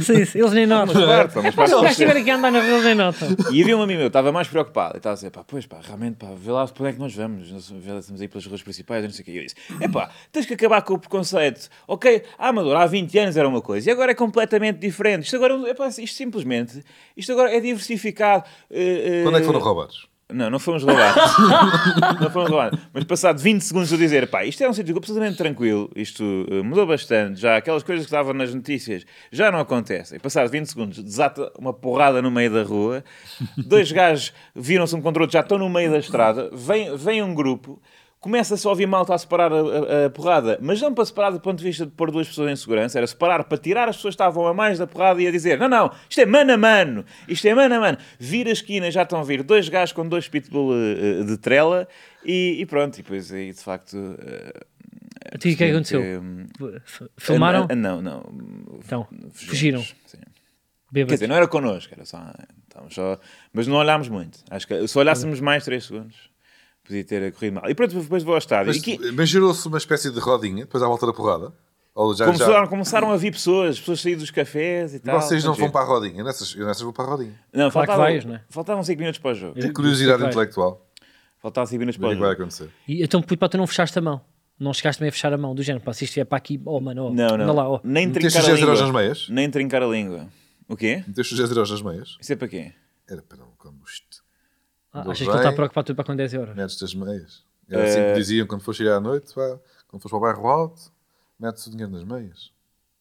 B: Sim, sim, eles nem notam.
C: parte,
B: É
C: vamos
B: pá,
C: parte.
B: se o gajo estiver aqui a andar na rua, eles nem notam.
C: E havia um amigo meu, estava mais preocupado. E estava a dizer, pá, pois pá, realmente, pá, vê lá para onde é que nós vamos. Nós vê lá, estamos aí pelas ruas principais, não sei o quê. E eu disse, é pá, tens que acabar com o preconceito. Ok, a Amador há 20 anos era uma coisa e agora é completamente diferente. Isto agora, é pá, isto simplesmente, isto agora é diversificado. Eh, eh,
A: Quando é que foram roubados?
C: Não, não fomos roubados. não fomos roubados. Mas passado 20 segundos de eu dizer, pá, isto é um sítio absolutamente tranquilo, isto eh, mudou bastante, já aquelas coisas que estavam nas notícias já não acontecem. Passado 20 segundos, desata uma porrada no meio da rua, dois gajos viram-se um contra o outro, já estão no meio da estrada, vem, vem um grupo, começa-se a ouvir malta a separar a, a- a porrada, mas não para separar do ponto de vista de pôr duas pessoas em segurança, era separar para tirar as pessoas que estavam a mais da porrada e a dizer: não, não, isto é mano a mano, isto é mano a mano. Vira a esquina, já estão a vir dois gajos com dois pitbull eh, eh, de trela e, e pronto, e depois aí de facto. eh,
B: A ti, o que é que aconteceu?
C: eh,
B: F- Filmaram?
C: ah, não, não.
B: Então,
C: Fugimos,
B: fugiram.
C: sim. Quer
B: Bêbados.
C: dizer, não era connosco, era só, estávamos só. Mas não olhámos muito. Acho que se olhássemos mais 3 segundos, podia ter corrido mal. E pronto, depois vou ao estádio.
A: Mas,
C: E que-
A: mas gerou-se uma espécie de rodinha, depois à volta da porrada. Ou já, Então, já-
C: Começaram, começaram a vir pessoas, pessoas sair dos cafés e
A: E
C: tal.
A: vocês não vão
C: Portanto,
A: para a rodinha? Eu Nessas, eu nessas vou para a rodinha.
C: é
B: Claro
C: Não,
B: que
C: faltavam,
B: vais, É. né?
C: faltavam 5 minutos para o jogo.
B: Eu-
A: Curiosidade
B: Vai.
A: intelectual.
C: Faltavam 5 minutos
A: Ver
C: para
A: o
C: o
A: que vai
C: jogo.
A: acontecer.
B: E, então, puto, pá, tu não fechaste a mão. Não chegaste meio a fechar a mão, do género, pá, se isto é para aqui, oh, mano, oh,
C: Não,
B: anda
C: não.
B: lá, oh.
C: Nem
A: Meteste
C: trincar
A: os
C: a
A: 10 euros nas
C: língua.
A: meias?
C: Nem trincar a língua. O quê?
A: Meteste os 10 euros nas meias?
C: Isso é para quê?
A: Era para não como isto.
B: Ah,
A: Ainda
B: achas que ele está
A: bem.
B: preocupado tudo para com 10 euros?
A: Metes as meias. Era assim
C: Eh.
A: que diziam quando foste ir à noite, vá, quando fores para o bairro alto, metes o dinheiro nas meias.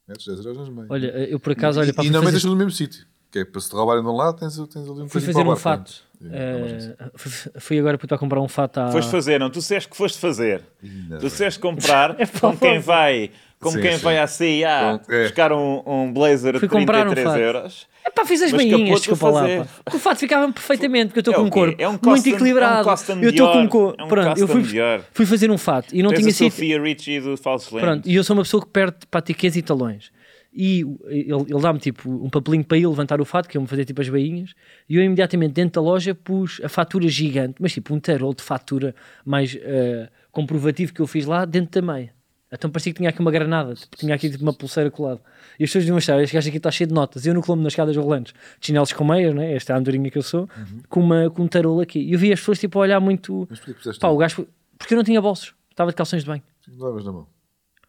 A: Metes 10 euros nas meias.
B: Olha, eu por acaso, olha,
A: e,
B: pá,
A: e
B: fui
A: não
B: fazer-
A: metas tudo no mesmo sítio. Que é para se te roubarem de um lado, tens, tens ali um
B: fui
A: coisinho
B: fazer
A: para o
B: um
A: bar, pronto.
B: fato.
A: É,
B: Eh,
A: uma emergência.
B: fui- fui agora puto, para comprar um fato à...
C: Foste fazer, não? Tu disseste que foste fazer.
A: Ainda
C: Tu
A: bem.
C: disseste comprar,
B: É para
C: como quem
B: você.
C: vai, como
A: Sim,
C: quem
A: sim.
C: vai à CIA
A: Com- é.
C: buscar um, um blazer
B: Fui
C: de
B: comprar um
C: 33
B: fato.
C: euros.
B: É pá, fiz as
C: Mas
B: bainhas,
C: capô-te a
B: desculpa lá.
C: fazer.
B: pá. Porque O fato ficava perfeitamente, porque eu estou
C: É
B: com
C: o
B: um
C: quê?
B: corpo
C: É um
B: muito
C: custom-
B: equilibrado.
C: é um custom
B: eu estou com um
C: Dior.
B: corpo.
C: É um
B: Pronto, eu fui,
C: custom Dior.
B: fui fazer um fato e não
C: Tens
B: tinha
C: a
B: sido.
C: Sofia Richie do Falso Lento.
B: Pronto, e eu sou uma pessoa que perde patiquês e talões. E o- ele, ele dá-me tipo um papelinho para eu levantar o fato, que eu me fazer tipo as bainhas, e eu imediatamente dentro da loja pus a fatura gigante, mas tipo um tarol de fatura mais eh, comprovativo que eu fiz lá dentro da meia. Então parecia que tinha aqui uma granada, tipo, tinha aqui tipo uma pulseira colada. E as pessoas deviam achar, este gajo aqui está cheio de notas. Eu no colombo nas escadas rolantes, de chinelos com meias, né? esta é a andorinha que eu sou, com, uma, com um tarol aqui. E eu vi as pessoas tipo a olhar muito.
A: Mas porquê que puseste
B: Pá, o gajo. Porque eu não tinha bolsos, estava de calções de banho
A: Não levas na mão.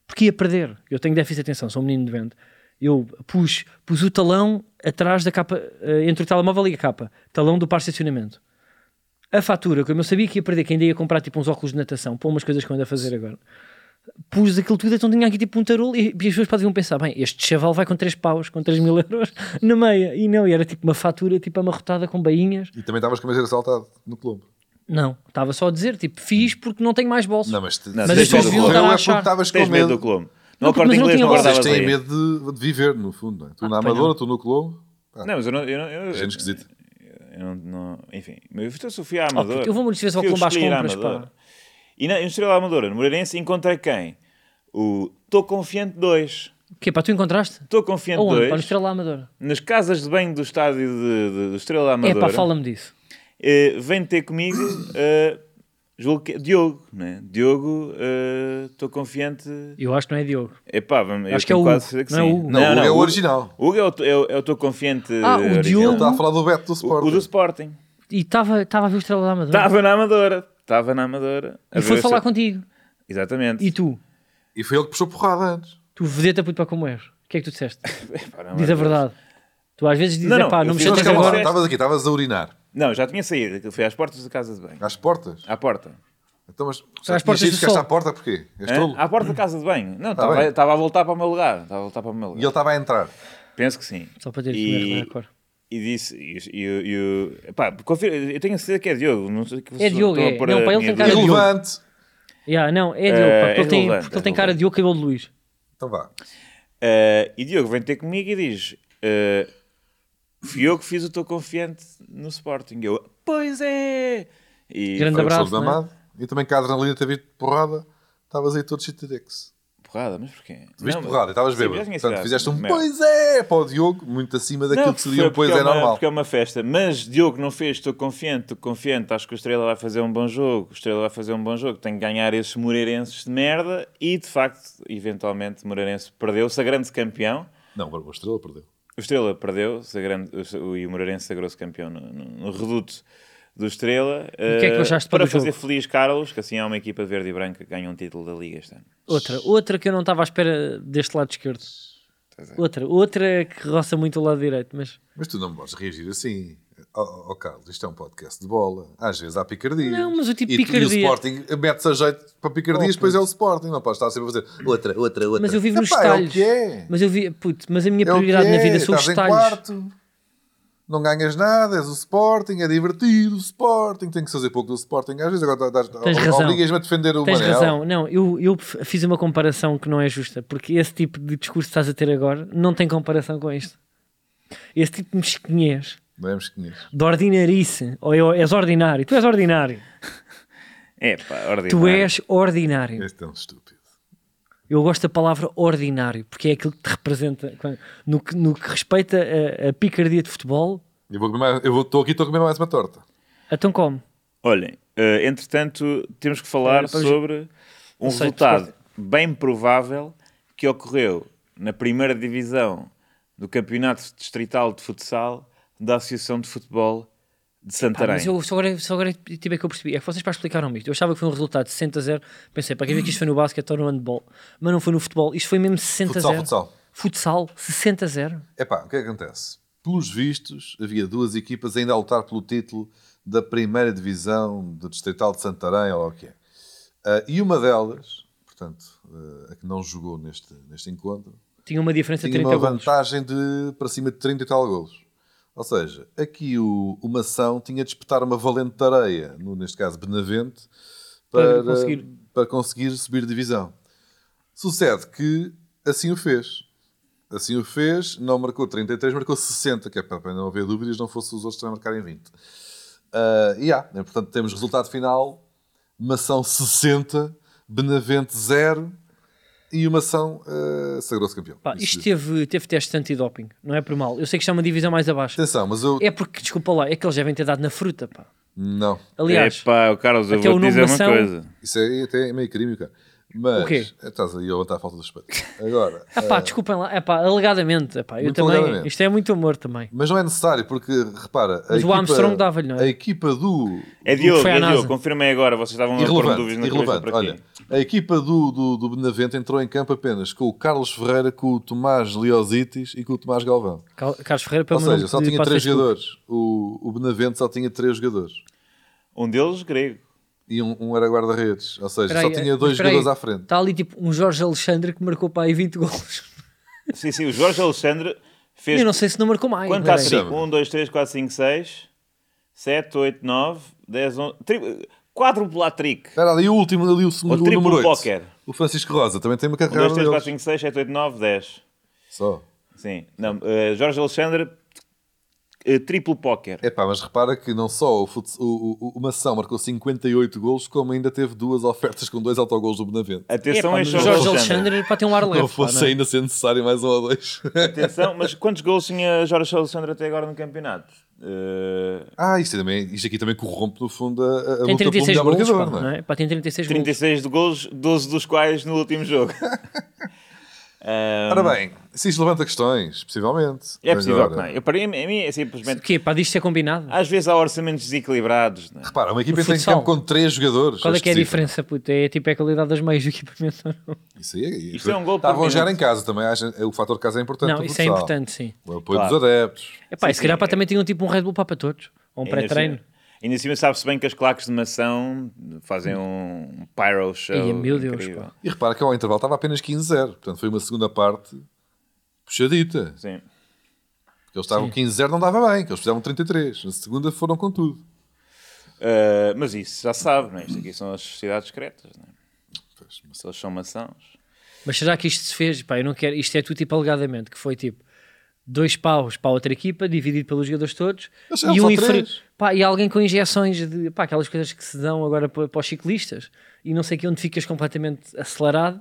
B: porque ia perder. Eu tenho déficit de atenção, sou um menino de vento. Eu pus, pus o talão atrás da capa, eh, entre o telemóvel e a capa, talão do par de estacionamento. A fatura, como eu sabia que ia perder, que ainda ia comprar tipo uns óculos de natação, pô, umas coisas que eu ando a fazer agora. Pus aquilo tudo, então tinha aqui tipo um tarolo e, e as pessoas podiam pensar: bem, este chaval vai com 3 paus, com 3 mil euros na meia. E não, e era tipo uma fatura tipo amarrotada com bainhas.
A: E também estavas com a camiseira saltada no clube.
B: Não, estava só a dizer: tipo, fiz porque não tenho mais bolso.
A: Não, mas, te,
C: Não,
A: se
C: mas as pessoas
A: te
C: deviam
A: ocorreu
B: estar a
A: é porque
B: achar.
A: estavas com
C: Tens medo do
A: medo.
C: Colombo.
B: Não,
C: Não,
B: porque-
C: acorda
B: mas eu não
C: inglês,
B: tinha
C: não
B: gostado.
A: Vocês
C: guardavas
A: têm
C: aí. Ah,
A: medo de, de viver, no fundo. Não é? Tu na
B: pois
A: Amadora, tu no Colombo. Pá,
C: Não, mas eu não. Eu não, eu,
A: gente esquisita.
C: eu não, não- enfim, eu estou a Sofia à
B: Oh,
C: Amadora.
B: puto, eu vou-me dizer se vou
C: Fui eu que
B: Colombo às
C: escolhi ir à
B: compras, pá.
C: Amadora. E na Industrial Amadora, no Moreirense, encontrei quem? O Estou Confiante 2.
B: O quê? Pá, tu encontraste?
C: Estou Confiante
B: Aonde? Pá, no
C: 2.
B: Estrela Amadora.
C: Nas casas de banho do estádio de, de- do Estrela
B: É
C: Amadora.
B: pá, fala-me disso.
C: eh, vem ter comigo eh, julgo que é Diogo, né? Diogo, eh, estou confiante.
B: Eu acho que não é Diogo.
C: Epá, vamos, eu
B: Acho que é
C: tenho
B: o
C: quase
B: Hugo,
C: certeza que
B: não é
C: sim.
B: o Hugo?
A: Não, o Hugo é o original.
C: Hugo é o, é o, é o teu confiante.
B: Ah, o
C: original.
A: Ele
B: Diogo.
A: está a falar do Beto do
C: O,
A: Sport.
C: o do Sporting.
B: E estava estava a ver o Estrela da Amadora.
C: Estava na Amadora. Estava na Amadora.
B: E foi falar contigo.
C: Exatamente.
B: E tu?
A: E foi ele que puxou porrada antes.
B: Tu vedeta puto para como és. O que é que tu disseste?
C: Epá,
A: é
C: não,
B: Diz a
C: mas-
B: verdade. Tu às vezes dizes,
C: Não, não,
B: pá,
C: eu
B: não me
C: fiz-
A: Mas
B: chatees
C: Mas
A: calma lá,
B: agora.
C: disseste-
A: estavas aqui, estavas a urinar.
C: Não, já tinha saído. Aquilo Foi às portas da casa de banho.
A: Às portas.
C: À porta.
A: Então, mas
B: Às
A: às
B: portas
A: portas
B: do
A: que
B: sol.
A: esta porta porquê? És
C: Hã? Ah.
A: tolo?
C: À porta da casa de banho. Não, estava
A: Tá bem.
C: estava a voltar para o meu lugar. Estava a voltar para o meu
A: E ele
C: lugar.
A: estava a entrar.
C: Penso que sim.
B: Só para ter
C: E-
B: primeiro recorde.
C: E disse, e, e, e, pá, confira, eu tenho a certeza que é Diogo. Não sei que vocês
B: Diogo,
C: estão a
B: é.
C: pôr
B: Não,
C: a
B: pá, ele
C: minha
B: tem cara de
C: dúvida.
A: Irrelevante.
B: Yeah, não, é Diogo,
C: Eh,
B: pá, porque
C: é
B: ele tem,
C: relevante,
B: porque
C: é
B: ele tem cara de Diogo cabelo de Luís.
A: Então vá.
C: Eh, e Diogo vem ter comigo e diz: eh, Fui eu que fiz o teu confiante no Sporting. Eu, pois é! E
B: Grande
A: Foi o
B: abraço,
A: Sousa
B: não é?
A: Amado. E também cá a adrenalina teve porrada. Estavas aí todo chitadex.
C: porrada, mas porquê?
A: Tu viste
C: Não,
A: porrada, e estavas
C: sim,
A: bêbado.
C: já tinha
A: Portanto,
C: cidade,
A: fizeste um
C: merda.
A: pois é para o Diogo, muito acima daquilo
C: Não,
A: que seria um
C: foi
A: pois
C: porque
A: é
C: uma-
A: normal.
C: Porque é uma festa. Mas Diogo não fez, estou confiante, estou confiante, acho que o Estrela vai fazer um bom jogo, o Estrela vai fazer um bom jogo, tem que ganhar esses Moreirenses de merda e, de facto, eventualmente, o Moreirense perdeu-se a grande campeão.
A: Não, o Estrela perdeu.
C: O Estrela perdeu, sagrando, o- e o Moreirense sagrou-se campeão no, no- no reduto do Estrela.
B: o que é que
C: eh,
B: achaste
C: Para
B: do
C: fazer
B: jogo?
C: feliz Carlos, que assim há uma equipa de verde e branca que ganha um título da Liga este ano.
B: Outra, outra que eu não estava à espera deste lado esquerdo.
A: é.
B: Outra, outra que roça muito o lado direito, mas
A: Mas tu não podes reagir assim. Ó ó, Carlos, isto é um podcast de bola. Às vezes há picardias.
B: Não, mas o tipo
A: e, tu- E o
B: picardia-
A: Sporting mete-se a jeito para picardias, depois é o Sporting. Não podes estar sempre a fazer outra, outra, outra.
B: Mas eu vivo nos
A: Epá,
B: talhos.
A: É o que é.
B: Mas eu vi, puto, mas a minha
A: É o que
B: prioridade na
A: é,
B: vida são os
A: estás em
B: talhos.
A: quarto, Não ganhas nada, és o Sporting, é divertido o Sporting, tem que fazer pouco do Sporting. Às vezes agora estás-
B: Tens
A: ou- ou
B: razão.
A: ligas-me a defender o
B: Tens
A: Manel.
B: razão, não, eu, eu f- fiz uma comparação que não é justa, porque esse tipo de discurso que estás a ter agora não tem comparação com isto. Esse tipo de mesquinhez,
A: Não é mesquinhas.
B: de ordinarice, ou eu- és ordinário, tu és ordinário,
C: É, pá, ordinário.
B: tu és ordinário.
A: És tão é um estúpido.
B: Eu gosto da palavra ordinário, porque é aquilo que te representa quando- no que, no que respeita a, a picardia de futebol,
A: Eu vou comer mais- eu vou- estou aqui, estou a comer mais uma torta.
B: então como?
C: Olhem, eh, entretanto, temos que falar
B: Olha, para-
C: sobre um
B: sei,
C: resultado bem provável que ocorreu na primeira divisão do Campeonato Distrital de Futsal da Associação de Futebol de
B: Pá,
C: Santarém.
B: mas eu só agora, só agora tive é que eu percebi. É que vocês para explicaram isto. Eu achava que foi um resultado de 60 a 0. Pensei, para quem ver que isto foi no basquete ou no handball. Mas não foi no futebol. Isto foi mesmo 60
A: Futsal,
B: a 0.
A: futsal.
B: Futsal, 60 a 0.
A: Epá, o que é que acontece? Pelos vistos, havia duas equipas ainda a lutar pelo título da primeira divisão do Distrital de Santarém, ou lá o que é. Ah, e uma delas, portanto, ah, a que não jogou neste, neste encontro,
B: Tinha uma diferença de
A: tinha
B: 30
A: uma
B: golos.
A: vantagem de para cima de 30 e tal golos. Ou seja, aqui o, o Mação tinha de espetar uma valente tareia, no, neste caso Benavente,
B: Para
A: para,
B: conseguir.
A: para conseguir subir divisão. Sucede que assim o fez. Assim o fez, não marcou 33, marcou 60, que é para não haver dúvidas, não fosse os outros também marcarem 20. Ah, e há, né, portanto, temos resultado final: Mação 60, Benavente 0 e o Mação ah, sagrou-se campeão.
B: Pá,
A: Isso-
B: isto teve, teve teste de antidoping. Não é por mal. Eu sei que isto é uma divisão mais abaixo.
A: Atenção, mas eu.
B: É porque, desculpa lá, é que eles devem ter dado na fruta, pá.
A: Não.
B: Aliás,
C: Epá, o Carlos, eu
B: até o
C: vou
B: nome
C: dizer uma
B: Mação-
C: coisa.
A: Isso aí até é meio crime, cara. Mas
B: O quê?
A: estás aí a levantar a falta de respeito. Agora,
B: Ah pá, desculpem lá, é pá, alegadamente, é pá, eu
A: Muito
B: também,
A: alegadamente.
B: isto é muito amor também.
A: mas não é necessário, porque repara, a
B: Mas o
A: equipa,
B: Armstrong dava-lhe, não é?
A: A equipa do.
C: É Diogo,
B: foi à
C: é Diogo,
B: NASA.
C: confirmei agora, vocês estavam a pôr
A: Irrelevante,
C: dúvidas na cabeça
A: irrelevante.
C: para quê?
A: Olha, a equipa do, do, do Benavente entrou em campo apenas com o Carlos Ferreira, com o Tomás Leositis e com o Tomás Galvão.
B: Cal- Carlos Ferreira, pelo
A: Ou
B: menos.
A: seja, só tinha três jogadores. O, o Benavente só tinha três jogadores.
C: Um deles, grego.
A: E um, um era guarda-redes. Ou seja, só
B: eh,
A: tinha dois jogadores à frente.
B: Está ali tipo um Jorge Alexandre que marcou para aí 20 gols.
C: Sim, sim, o Jorge Alexandre fez.
B: Eu não sei se não marcou mais.
C: Quanto Um,
B: peraí.
C: cá seria?
A: Sabe.
C: 1, 2, 3, 4, 5, 6, 7, 8, 9, 10, 11. Quádruplo hat-trick.
A: Era ali o último, ali o, segundo, o
C: triplo
A: número 8.
C: póquer.
A: O Francisco Rosa também tem uma
C: 1, 2,
A: carreira
C: 3, 4,
A: deles.
C: 5, 6, 7, 8, 9, 10.
A: Só.
C: Sim. Não, eh, Jorge Alexandre, eh, triplo póquer.
A: Epá, mas repara que não só o, futs- o, o, o Mação marcou 58 golos, como ainda teve duas ofertas com dois autogolos do Benavente.
B: Epá,
C: Atenção a
B: mas o
C: Jorge,
B: Jorge
C: Alexandre.
B: Alexandre para ter um ar É leve.
A: Não
B: pá,
A: fosse
B: não é?
A: ainda ser necessário mais um ou dois.
C: Atenção, mas quantos gols tinha Jorge Alexandre até agora no campeonato? Eh,
A: ah, isto, também, isto aqui também corrompe, no fundo, a, a
B: Tem
A: luta pelo
B: 36
A: um melhor
B: gols,
A: marcador,
B: pá,
A: não
B: não
A: é?
B: é? Pá, tem 36 gols.
C: 36 de gols, 12 dos quais no último jogo.
B: é?
C: Eh,
A: Ora bem, se isto levanta questões, possivelmente.
C: é possível
A: Agora,
C: que não. Eu, para mim, a mim é simplesmente.
B: O quê? Pá, disto é combinado?
C: Às vezes há orçamentos desequilibrados. Não é?
A: Repara, uma equipa
B: No
A: entra em
B: futsal.
A: campo com três jogadores.
B: Qual é que é a
A: específico.
B: diferença, puto? É tipo é a qualidade das meias do equipamento ou não?
A: Isso aí é,
C: Isto é um gol por
A: Estavam a jogar em
C: minuto.
A: casa também. acho- O fator casa é importante.
B: Não,
A: no
B: isso é
A: futsal.
B: importante, sim.
A: O apoio
C: Claro.
A: dos adeptos.
B: É pá,
C: Sim,
B: e se calhar
C: sim,
B: pá,
C: é.
B: também tinham tipo um Red Bull para para todos. Ou um
C: Ainda
B: pré-treino.
C: assim- Ainda assim, sabe-se bem que as claques de maçã fazem um pyro show.
B: Ia, é meu Deus,
C: incrível.
B: pá.
A: E repara que ao intervalo estava apenas 15-0. Portanto, foi uma segunda parte puxadita.
C: Sim.
A: Porque eles estavam 15-0, não dava bem. Que eles fizeram 33. Na segunda foram com tudo.
C: Ah, mas isso já sabe, não é? Isto aqui são as sociedades secretas, não é?
A: Pois, mas-
C: Se eles são maçãs.
B: Mas será que isto se fez? Pá, eu não quero. Isto é tudo tipo alegadamente, que foi tipo dois paus para a outra equipa, dividido pelos jogadores todos. um
A: Eles eram só três.
B: pá, e alguém com injeções de. Pá, aquelas coisas que se dão agora para, para os ciclistas. E não sei que onde ficas completamente acelerado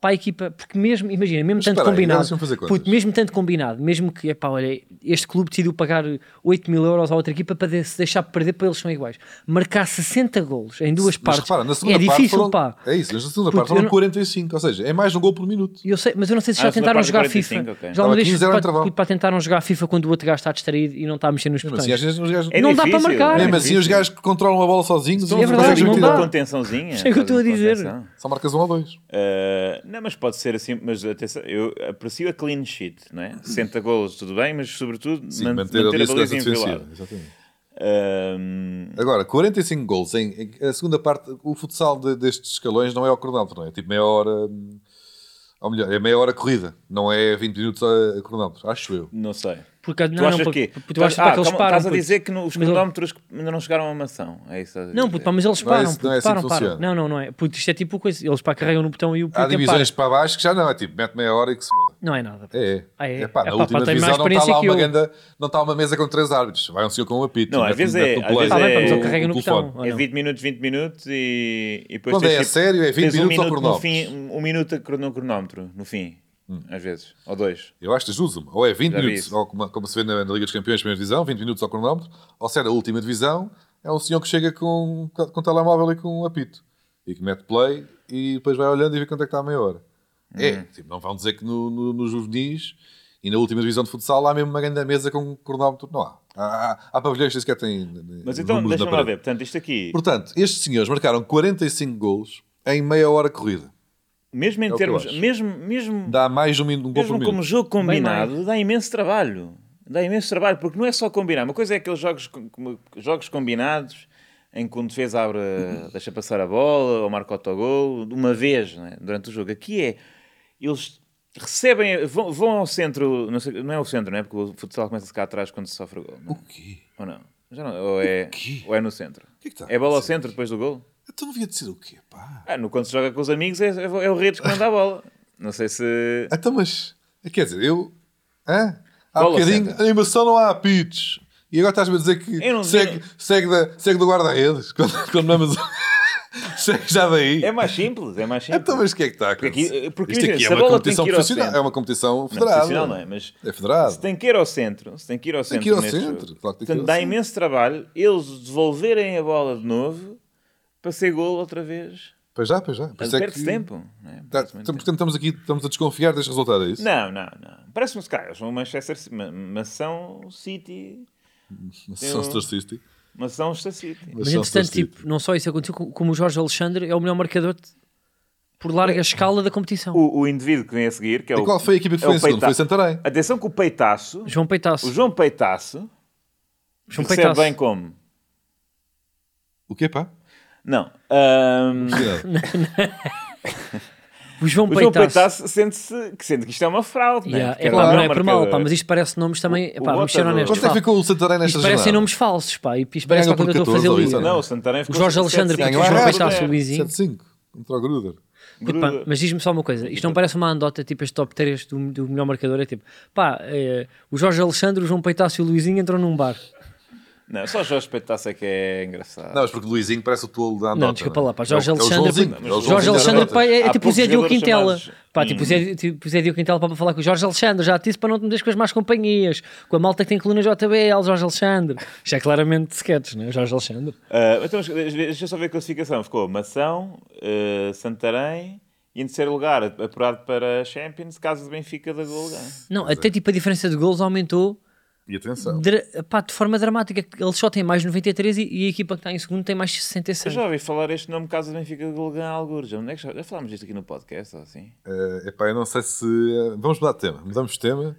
B: para a equipa. Porque mesmo, imagina, mesmo
A: Mas
B: tanto
A: espera aí, agora
B: combinado.
A: deixa-me fazer contas.
B: puto, mesmo tanto combinado, mesmo que, epá, olha, este clube decidiu pagar 8 mil euros à outra equipa para de- se deixar perder, para eles são iguais. Marcar 60 golos em
A: Mas
B: duas partes
A: repara, na segunda
B: é
A: parte
B: difícil,
A: foram...
B: pá.
A: É isso, mas na segunda
B: Puto,
A: parte
B: eu
A: foram
B: não-
A: 45. Ou seja, é mais um gol por minuto.
B: Eu sei, mas eu não sei se
C: Ah,
B: já
C: segunda
B: tentaram
C: parte
B: jogar
C: 45,
B: FIFA.
C: ok.
B: Já uma
A: Estava 15
B: vez
A: era
B: para,
A: intervalo.
B: puto, para tentaram jogar FIFA quando o outro gajo está distraído e não está a mexer nos
A: Mesmo
B: botões.
A: assim, às vezes os gajos...
C: É
B: Não dá para
C: difícil,
B: marcar.
C: é
A: Mesmo assim,
C: difícil.
A: os gajos que controlam a bola sozinhos.
B: é
A: não
B: verdade,
A: conseguem
B: não
A: meter
B: dá.
A: lá.
C: Uma contençãozinha.
B: Sei o que eu estou a dizer.
C: Contenção.
A: Só marcas um ou dois.
C: Ah, não, mas pode ser assim. Mas atenção, eu aprecio a clean sheet, não é? 60 golos, tudo bem, mas sobretudo
A: Sim,
C: man-
A: manter, ali a segurança defensiva.
C: inviolada.
A: Exatamente.
C: Ah,
A: Agora, 45 gols em, em- a segunda parte, o futsal de- destes escalões não é ao cronómetro, não é? É Tipo meia hora, hum, ou melhor, é meia hora corrida, não é 20 minutos a, a cronómetro, acho eu.
C: não sei.
B: Porque, não,
C: tu achas
B: não,
C: que... Ah,
B: puto, puto, eu acho que pá, que eles
C: calma,
B: param.
C: estás a
B: puto.
C: dizer que no- os
B: Mas eu-
C: cronómetros ainda não chegaram a uma maçã. É isso que estás
B: Não,
C: a dizer.
B: puto, pá, mas eles
A: Não é
B: param.
A: isso-
B: puto,
A: não é assim que
B: param, param.
A: funciona.
B: Não, não, não é. Puto, isto é tipo coisa. Eles pá, carregam no botão e o
A: Há
B: puto é para.
A: divisões para baixo que já não, é tipo, mete meia hora e que se foda.
B: Não é nada. puto.
A: É,
B: Ah, é?
A: é. pá,
B: É
A: na
B: pá,
A: última
B: pá,
A: divisão
B: tem mais
A: não está
B: experiência
A: lá
B: que
A: uma
B: eu.
A: ganda, não está uma mesa com três árbitros, vai um senhor com um apito.
C: Não, às
A: mete-
C: vezes
A: mete
C: é-
A: no
C: às vezes
A: play.
B: Está Tá bem, pá, mas
C: é
B: eu carrego no
A: o
B: botão.
A: telefone.
B: ou
C: É
B: não?
C: 20 minutos, 20 minutos e, e depois
A: Quando é a sério, é 20
C: tens um
A: minutos ao
C: minuto no fim,
A: cronómetro. Hum.
C: um minuto a cro- no cronómetro, no fim, às vezes, ou dois.
A: Eu acho que justo ou é 20
C: Já vi
A: minutos,
C: isso.
A: ou como, como se vê na, na Liga dos Campeões, primeira divisão, 20 minutos ao cronómetro, ou se é na última divisão, é um senhor que chega com, com um telemóvel e com um apito, e que mete play e depois vai olhando e vê quanto é que está a meia hora.
C: Uhum.
A: É, tipo, não vão dizer que no, no, nos juvenis e na última divisão de futsal há mesmo uma grande mesa com um cronómetro, não há. Há, há, há pavilhões que sequer têm eh,
C: Mas então,
A: números na
C: deixa-me lá
A: parede.
C: ver. Portanto, isto aqui,
A: Portanto, estes senhores marcaram 45 golos em meia hora corrida.
C: mesmo
A: é
C: em
A: o que eu
C: termos,
A: acho.
C: mesmo, mesmo,
A: Dá mais um, min- um gol por
C: mesmo
A: minuto.
C: como jogo combinado, dá imenso trabalho. Dá imenso trabalho, porque não é só combinar. Uma coisa é aqueles jogos, com- como- jogos combinados em que um defesa abre, deixa passar a bola ou marca autogol de uma vez não é? durante o jogo. Aqui é, eles recebem, vão, vão ao centro, não, sei- não é o centro, não é? Porque o futsal começa a ficar atrás quando se sofre o gol. não é?
A: O quê?
C: Ou não? Já não- ou, é,
A: quê?
C: ou é no centro?
A: que é que tá
C: é bola ao
A: a acontecer
C: centro depois do gol?
A: Então não devia dizer o quê, pá?
C: Ah, no quando se joga com os amigos é, é o Redes que manda a bola. Não sei se.
A: Então, mas quer dizer, eu hã? há
C: Bola
A: bocadinho
C: senta.
A: animação não há apitos. E agora estás-me a dizer
C: Eu não
A: que
C: sei.
A: segue, segue, da, segue do guarda-redes quando, quando não é mas- segue já daí.
C: É mais simples, é mais simples.
A: Então, mas o que é que está a acontecer?
C: aqui- porque
A: Isto
C: imagina,
A: aqui é
C: se a
A: uma
C: bola tem
A: competição
C: que ir ao
A: profissional,
C: centro.
A: é uma competição
C: não,
A: federada.
C: profissional não é, mas
A: É federado.
C: se tem que ir ao centro, se tem que ir ao
A: Tem
C: centro.
A: que ir ao
C: neste
A: centro,
C: jogo.
A: claro que tem que ir
C: Portanto,
A: ao
C: dá
A: centro.
C: imenso trabalho eles devolverem a bola de novo para ser gol outra vez.
A: Pois já, pois já. Por isso é
C: Perde-se
A: que-
C: tempo. né?
A: Tá,
C: Perde-se muito
A: portanto, estamos aqui estamos a desconfiar deste resultado, é isso?
C: Não, não, não. Parece-me, se calhar, eles são o Manchester City, ma- mas são o City,
A: São Manchester City.
C: mas é são o City.
A: um
B: Mas entretanto, tipo, não só isso aconteceu, co- como o Jorge Alexandre é o melhor marcador de- por larga escala da competição.
C: É. O, o indivíduo que vem a seguir, que é
A: E
C: o...
A: qual foi a equipa que
C: é
A: foi
C: o
A: em segundo?
C: Peita-
A: Foi Santarém.
C: Atenção que o Peitaço,
B: João Peitaço.
C: o João Peitaço,
B: João
C: recebe
B: Peitaço.
C: bem como?
A: O quê, pá? é
C: Não. ahm,
A: Não.
B: O João
C: o João
B: Peitaço.
C: Peitaço sente-se que sente que isto é uma fraude, né?
B: Yeah,
C: Porque
B: é,
C: era
B: pá,
C: o
B: não
C: melhor
B: é por mal,
C: marcador.
B: pá, mas isto parece nomes também.
C: O-
B: pá,
C: o
B: vamos ser
C: Otavio.
B: honestas.
A: Quanto é
B: pá.
A: que ficou o Santarém nesta
B: Isto
A: jornada?
B: parecem nomes falsos, pá. E isto parece
A: Ganhou
B: uma coisa que
A: por
B: eu estou a
A: 14
B: fazer
A: ou
B: ali.
A: isso,
C: Não, o Santarém ficou
B: Jorge
C: com
B: Alexandre,
C: 7-5,
B: que o
A: Ganhou
B: João
A: a
B: Peitaço,
A: Rádio,
B: o Luizinho.
A: 7-5 contra o Gruder.
C: é?
B: Puto, Tipo, pá, mas diz-me só uma coisa, isto não
C: Então.
B: parece uma andota tipo este top 3 do, do melhor marcador? É tipo, pá, eh, o Jorge Alexandre, o João Peitaço e o Luizinho entram num bar.
C: Não, só o Jorge Peitaço é que é engraçado.
A: Não, mas porque o Luizinho parece o tolo da é? Andorra.
B: não, desculpa lá, pá, Jorge Alexandre.
C: é o
B: Jorge,
C: Joãozinho da
B: Alexandre
C: Andota.
B: pá, é, é tipo
C: Há
B: o Zé
C: poucos
B: Diogo
C: jogadores Hum.
B: Quintela.
C: chamados-
B: Pá, tipo o Zé, tipo o Zé Diogo Quintela para falar com o Jorge Alexandre, já te disse para não te meteres com as más companhias, com a malta que tem coluna JBL, Jorge Alexandre. Já é claramente sketches, né? Jorge Alexandre.
C: Ah, então, deixa eu só ver a classificação. Ficou Mação, ah, Santarém e em terceiro lugar, apurado para Champions, Casa de Benfica da Golga.
B: Não,
C: é.
B: até tipo a diferença de golos aumentou
A: E atenção.
B: dra- pá, de forma dramática. Eles só têm mais 93 e, e a equipa que está em segundo tem mais
C: Eu
B: 66.
C: já ouvi falar este nome Casa de Benfica da Golga há alguns. Já, onde é que já, já falámos disto aqui no podcast ou assim?
A: Eh, epá, eu não sei se. eh, Vamos mudar de tema. Mudamos de tema.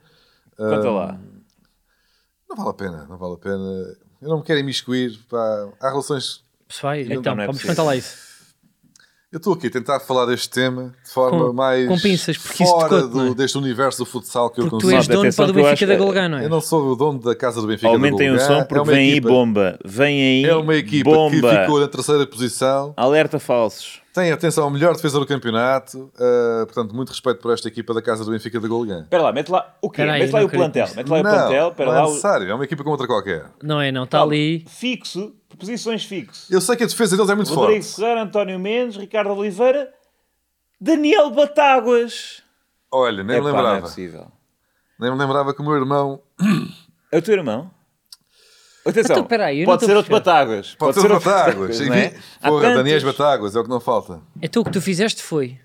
C: Conta
A: Ah,
C: lá.
A: Não vale a pena, não vale a pena. Eu não me quero imiscuir. Pá. Há relações.
B: Pessoal, então,
C: não é
B: vamos
C: possível.
B: contar lá isso.
A: Eu estou aqui a tentar falar deste tema de forma
B: Com-
A: mais.
B: com pinças, porque isso
A: fora
B: tocou-te, não é?
A: do, deste universo do futsal que
B: Porque
A: eu
B: tu és
A: consigo.
C: Malta,
B: dono
C: atenção
B: para do
C: que eu
B: Benfica
C: acho-
B: da Golgã, não é?
A: Eu não sou o dono da casa do Benfica. do
C: Aumentem o
A: Golgã.
C: som
A: É
C: porque
A: uma
C: vem
A: equipa-
C: aí bomba. Vem aí
A: É uma equipa
C: bomba.
A: que ficou na terceira posição.
C: Alerta falsos.
A: Tem atenção, a melhor defesa do campeonato. eh, portanto, muito respeito por esta equipa da casa do Benfica da Golgan.
C: Espera lá, mete lá o quê?
B: Peraí,
C: mete lá
B: não
C: o plantel.
B: acredito.
C: Mete lá o
A: não,
C: plantel. Espera
A: não é
C: lá. O...
A: necessário. É uma equipa como outra qualquer.
B: Não é, não, está ali.
C: Fixo, posições fixas.
A: Eu sei que a defesa deles é muito
C: Rodrigo
A: forte.
C: Ferreira, António Mendes, Ricardo Oliveira, Daniel Batáguas.
A: Olha, nem me
C: Epá, não é
A: lembrava.
C: possível.
A: nem me lembrava que o meu irmão
C: É o teu irmão? Atenção,
B: Então, espera aí, eu não
C: pode
B: estou
C: ser
B: a
C: outro Batáguas.
A: pode, ser
C: outro
A: Batáguas.
C: não é? Há
A: Porra,
C: tantos.
A: Daniel Batáguas, é o que não falta.
B: Então o que tu fizeste foi,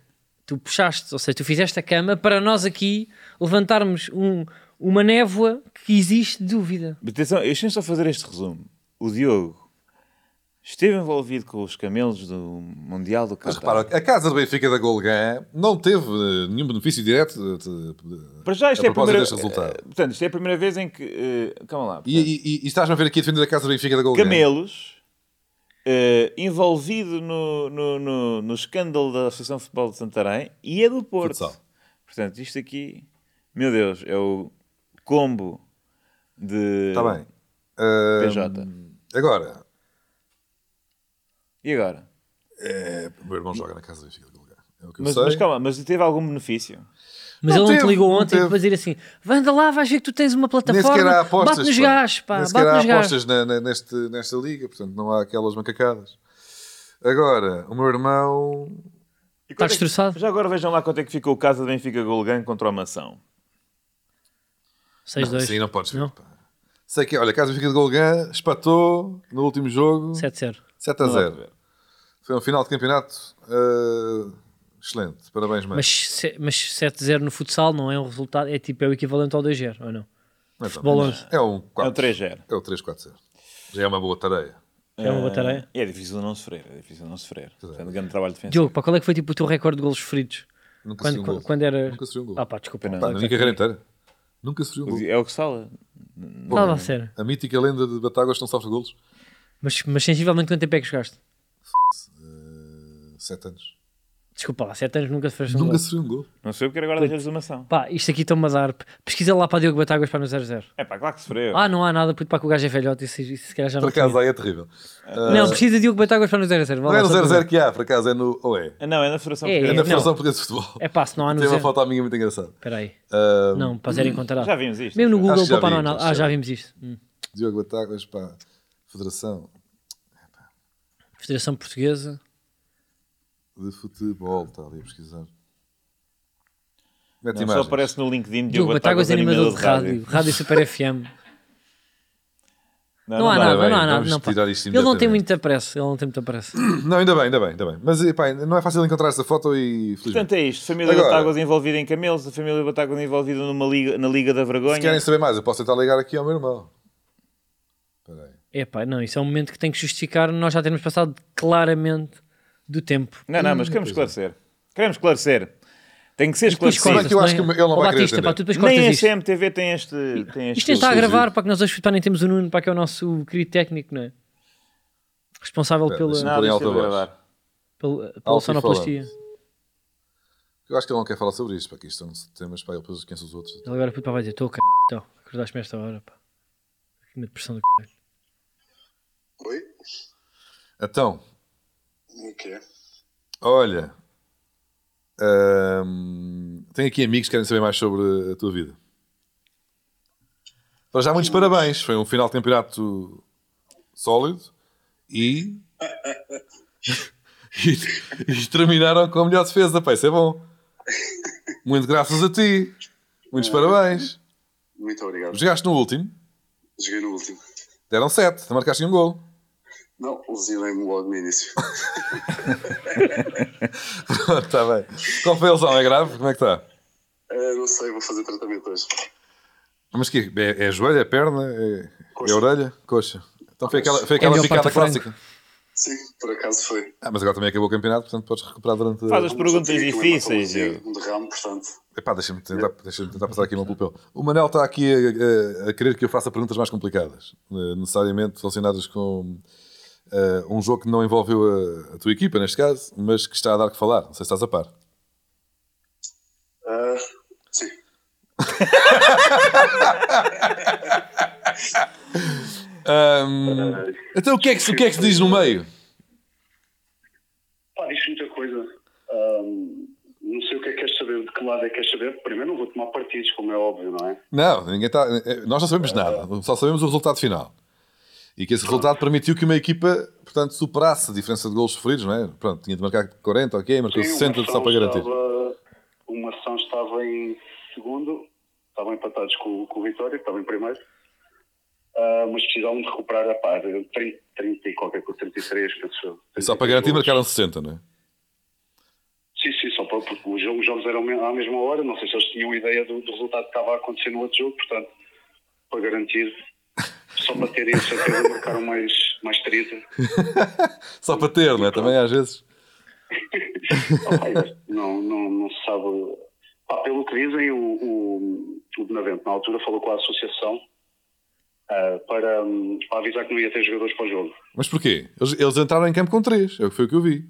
B: tu puxaste, ou seja, tu fizeste a cama para nós aqui levantarmos um- uma névoa que existe de dúvida.
C: Atenção, eu deixa só fazer este resumo. O Diogo esteve envolvido com os camelos do Mundial do
A: Mas
C: Qatar.
A: repara, a casa do Benfica da Golgan não teve eh, nenhum benefício direto de- de-
C: Para já, isto
A: a
C: é
A: propósito
C: a primeira...
A: deste resultado.
C: eh, Portanto, isto é a primeira vez em que... eh, calma lá.
A: E,
C: portanto,
A: e- e- e estás-me a ver aqui a defender a casa do Benfica da Golgan.
C: Camelos, eh, envolvido no, no, no, no escândalo da Associação de Futebol de Santarém e é do Porto.
A: Futsal.
C: Portanto, isto aqui, meu Deus, é o combo de
A: Está Tá bem. Ah,
C: PJ.
A: Agora,
C: E agora?
A: é, o meu irmão joga na casa do Benfica da Golgan. É o que eu
C: Mas,
A: sei.
C: mas calma, mas teve algum benefício?
B: Mas
A: Não
B: ele não te
A: teve,
B: ligou
A: não
B: ontem
A: teve.
B: para dizer assim: anda lá, vais ver que tu tens uma
A: Nem sequer
B: plataforma,
A: há apostas.
B: bate nos
A: pá.
B: gajos, pá,
A: Nem
B: bate
A: sequer há
B: nos gajos.
A: apostas na- na- neste, nesta liga, portanto não há aquelas macacadas. Agora, o meu irmão.
C: E
B: Está
C: quanto é que-
B: destroçado?
C: Já agora vejam lá quanto é que ficou o caso da Benfica Golgan contra o Mação.
B: 6-2.
A: Sim, não podes ver.
B: Não.
A: pá. Sei que, olha, a Casa Benfica de Golgan espatou no último jogo
B: 7-0.
A: 7 a 0. Foi um final de campeonato ah, excelente. Parabéns, mano.
B: Mas, se- mas 7-0 no futsal não é um resultado, é tipo, é o equivalente ao 2-0, ou não?
A: Mas,
B: futebol
A: pronto,
B: onze.
A: É um
C: É
A: 4.
C: o 3-0.
A: É o 3-4-0. Já é uma boa tarefa.
B: É uma boa tarefa.
C: Eh, É difícil não sofrer, é difícil não sofrer. Portanto, grande trabalho defensivo.
B: Diogo, pá, qual é que foi tipo, o teu recorde de golos sofridos?
A: Nunca
B: Quando,
A: sofri um
B: quando,
A: gol.
B: quando era.
A: Nunca sofri um gol.
B: Ah, pá, desculpa, não.
A: Pá,
B: tá-
A: na minha carreira inteira. Nunca sofri um gol.
C: É o que se fala.
B: Fala a sério.
A: A mítica lenda de Batáguas não sofre golos.
B: Mas, mas sensivelmente quanto tempo é que jogaste?
A: 7 anos.
B: Desculpa lá, 7 anos nunca se fez um
A: Nunca
B: gol.
A: sofri um gol.
C: Não sei porque era agora da Mação.
B: Pá, isto aqui estão-me a dar. Pesquisa lá para Diogo Batáguas para no 0-0.
C: É pá, claro que sofreu.
B: Ah, não há nada, puto, para que o gajo é velhote. Isso, isso se calhar já
A: Por
B: não.
A: acaso aí é terrível.
B: tinha. Não, precisa de Diogo Batáguas para no 0-0.
A: Não é no 0-0 que há, por acaso é no. Ou é?
C: Ah, Não, é na Federação
B: É,
A: É
C: Portuguesa.
A: na
B: não.
A: Federação Portuguesa de Futebol.
B: É pá, se não há no
A: Tem uma
B: 0.
A: foto à minha muito engraçada.
B: Espera aí.
A: Ah,
B: Não, para 0 encontrará.
C: Já vimos isto.
B: é. Mesmo no
C: já.
A: Acho
B: Google,
A: que já
B: pá, não há
A: vimos,
B: nada.
A: acho
B: Ah,
A: que
B: já
A: já
B: vimos isto. Hum.
A: Diogo Batáguas, pá. Federação
B: Federação Portuguesa.
A: de Futebol, está ali a pesquisar. Mete
C: Não, só
A: imagens.
C: aparece no LinkedIn
B: é Diogo Batáguas, animador de rádio. Rádio Super FM. Não, há
A: dá,
B: nada,
A: bem,
B: não há nada.
A: vamos
B: não, pá.
A: tirar isto
B: ele não tem
A: imediatamente.
B: muita pressa. Ele não tem muita pressa.
A: Não, ainda bem, ainda bem, ainda bem. Mas epá, não é fácil encontrar essa foto e felizmente.
C: Portanto, é isto. Família
A: Agora-
C: Batáguas envolvida em camelos, a família Batáguas envolvida numa liga, na Liga da
A: Se querem
C: Vergonha.
A: saber mais, eu posso tentar ligar aqui ao meu irmão. Espera aí.
B: É pá, não, isso é um momento que tem que justificar. Nós já temos passado claramente do tempo.
C: Não, não, mas queremos esclarecer. Queremos esclarecer. Tem que ser
B: é. Depois é?
C: esclarecido.
A: corta-se, é que eu acho que ele não
B: Ó,
A: vai querer
B: Batista, pá,
A: atender.
B: tu depois cortas
C: Nem é a
B: isto.
C: CMTV tem este. Tem este
B: Isto nem está a
A: Exclusivo.
B: gravar, para que nós hoje pá, nem temos o Nuno, para que é o nosso querido técnico, não é? Responsável
A: Espera,
B: pela,
A: deixa-me-
C: Não,
A: Põe em
C: deixa
A: alta
C: eu
A: voz.
C: gravar.
B: pela, pela
A: É, Alto e
B: sonoplastia.
A: falante. Eu acho que ele não quer falar sobre isto, para que isto é são temas para ele, depois quem são os outros.
B: Ele agora puto, pá, vai dizer: Estou c. Então, acordaste-me esta hora, pá. Que depressão do c.
D: Oi?
A: Então,
D: O que é?
A: olha. hum, tenho aqui amigos que querem saber mais sobre a tua vida. Para já, muitos parabéns. Foi um final de campeonato sólido e. e, e terminaram com a melhor defesa. Pá, isso é bom. Muito graças a ti. Muitos parabéns.
D: Muito obrigado.
A: Jogaste no último,
D: Joguei no último.
A: deram 7, te marcaste um gol.
D: Não, lesionei-me logo no início.
A: Está Tá bem. Qual foi a lesão? É grave? Como é que está?
D: Eh, não sei, vou fazer tratamento hoje.
A: Mas que é, é joelho, é perna, é,
D: Coxa.
A: é orelha, coxa. Então
C: Ah,
A: foi aquela, foi aquela
B: Cambiou para
A: picada
B: o Franco.
A: clássica.
D: Sim, por acaso foi.
A: Ah, mas agora também acabou o campeonato, portanto podes recuperar durante.
C: Faz as
D: Já
C: perguntas
D: tive aqui uma
C: difíceis,
D: patologia,
C: Diogo.
D: Um derrame, portanto.
A: Epá, deixa-me tentar, deixa tentar passar aqui o meu papel. O Manel está aqui a, a- a querer que eu faça perguntas mais complicadas, eh, necessariamente relacionadas com eh, um jogo que não envolveu a, a tua equipa, neste caso, mas que está a dar que falar. Não sei se estás a par.
D: Ah, sim.
A: Ahm, então o que, é que, se- o que é que se diz no meio?
D: Pá, diz muita coisa. Ahm, não sei o que é que queres saber, de que lado é que queres saber. Primeiro não vou tomar partidos, como é óbvio, não é?
A: Não, ninguém está. eh, Nós não sabemos nada, só sabemos o resultado final. E que esse resultado permitiu que uma equipa, portanto, superasse a diferença de golos sofridos, não é? Pronto, tinha de marcar 40, ok, marcou
D: Sim,
A: 60
D: uma
A: só
D: ação
A: para garantir.
D: Estava, uma ação estava em segundo, estavam empatados com, com o Vitória, que estava em primeiro, Ah, mas precisavam de recuperar a par, 30, 30 e qualquer coisa, 33, penso eu.
A: Só para garantir,
D: 33 golos.
A: marcaram 60, não é?
D: Sim, sim, só para, porque os jogos, os jogos eram me- à mesma hora, não sei se eles tinham ideia do, do resultado que estava a acontecer no outro jogo, portanto, para garantir, só para terem a certeza, marcaram mais, mais 30.
A: Só para ter, não é? Também às vezes.
D: Ok, não, não, não se sabe. Pá, pelo que dizem, o, o, o Benavente, na altura, falou com a associação ah, para, hum, para avisar que não ia ter jogadores para o jogo.
A: Mas porquê? Eles, eles entraram em campo com 3, foi o que eu vi.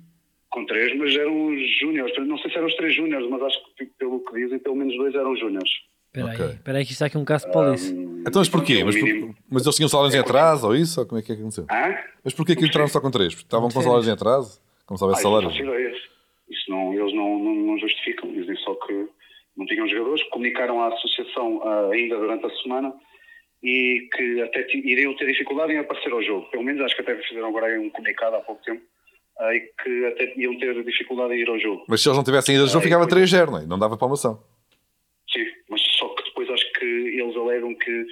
D: Com três, mas eram os júniores. Não sei se eram os três júniores, mas acho que, pelo que dizem, pelo menos dois eram júniores.
B: Espera aí,
A: Ok.
B: espera aí, que isto está aqui um caso de polícia.
A: Então, mas porquê?
D: É o
A: Mas, por-
D: mínimo.
A: mas eles tinham salários em atraso ou isso? Ou como é que é que aconteceu?
D: Hã?
A: Mas porquê que entraram só com 3? Porque estavam com
B: Não sei.
A: salários em atraso? Como se
D: Ah,
A: houvesse
D: isso não
A: salários.
D: faço ideia. Isso não, eles não, não, não justificam, dizem só que não tinham jogadores, comunicaram à associação ah, ainda durante a semana e que até ti- iriam ter dificuldade em aparecer ao jogo. Pelo menos acho que até fizeram agora aí um comunicado há pouco tempo ah, e que até iam ter dificuldade em ir ao jogo.
A: Mas se eles não tivessem ido a jogo,
D: Ah,
A: ficava
D: pois.
A: 3-0, não é? Não dava palmação.
D: Sim, mas só que depois acho que eles alegam que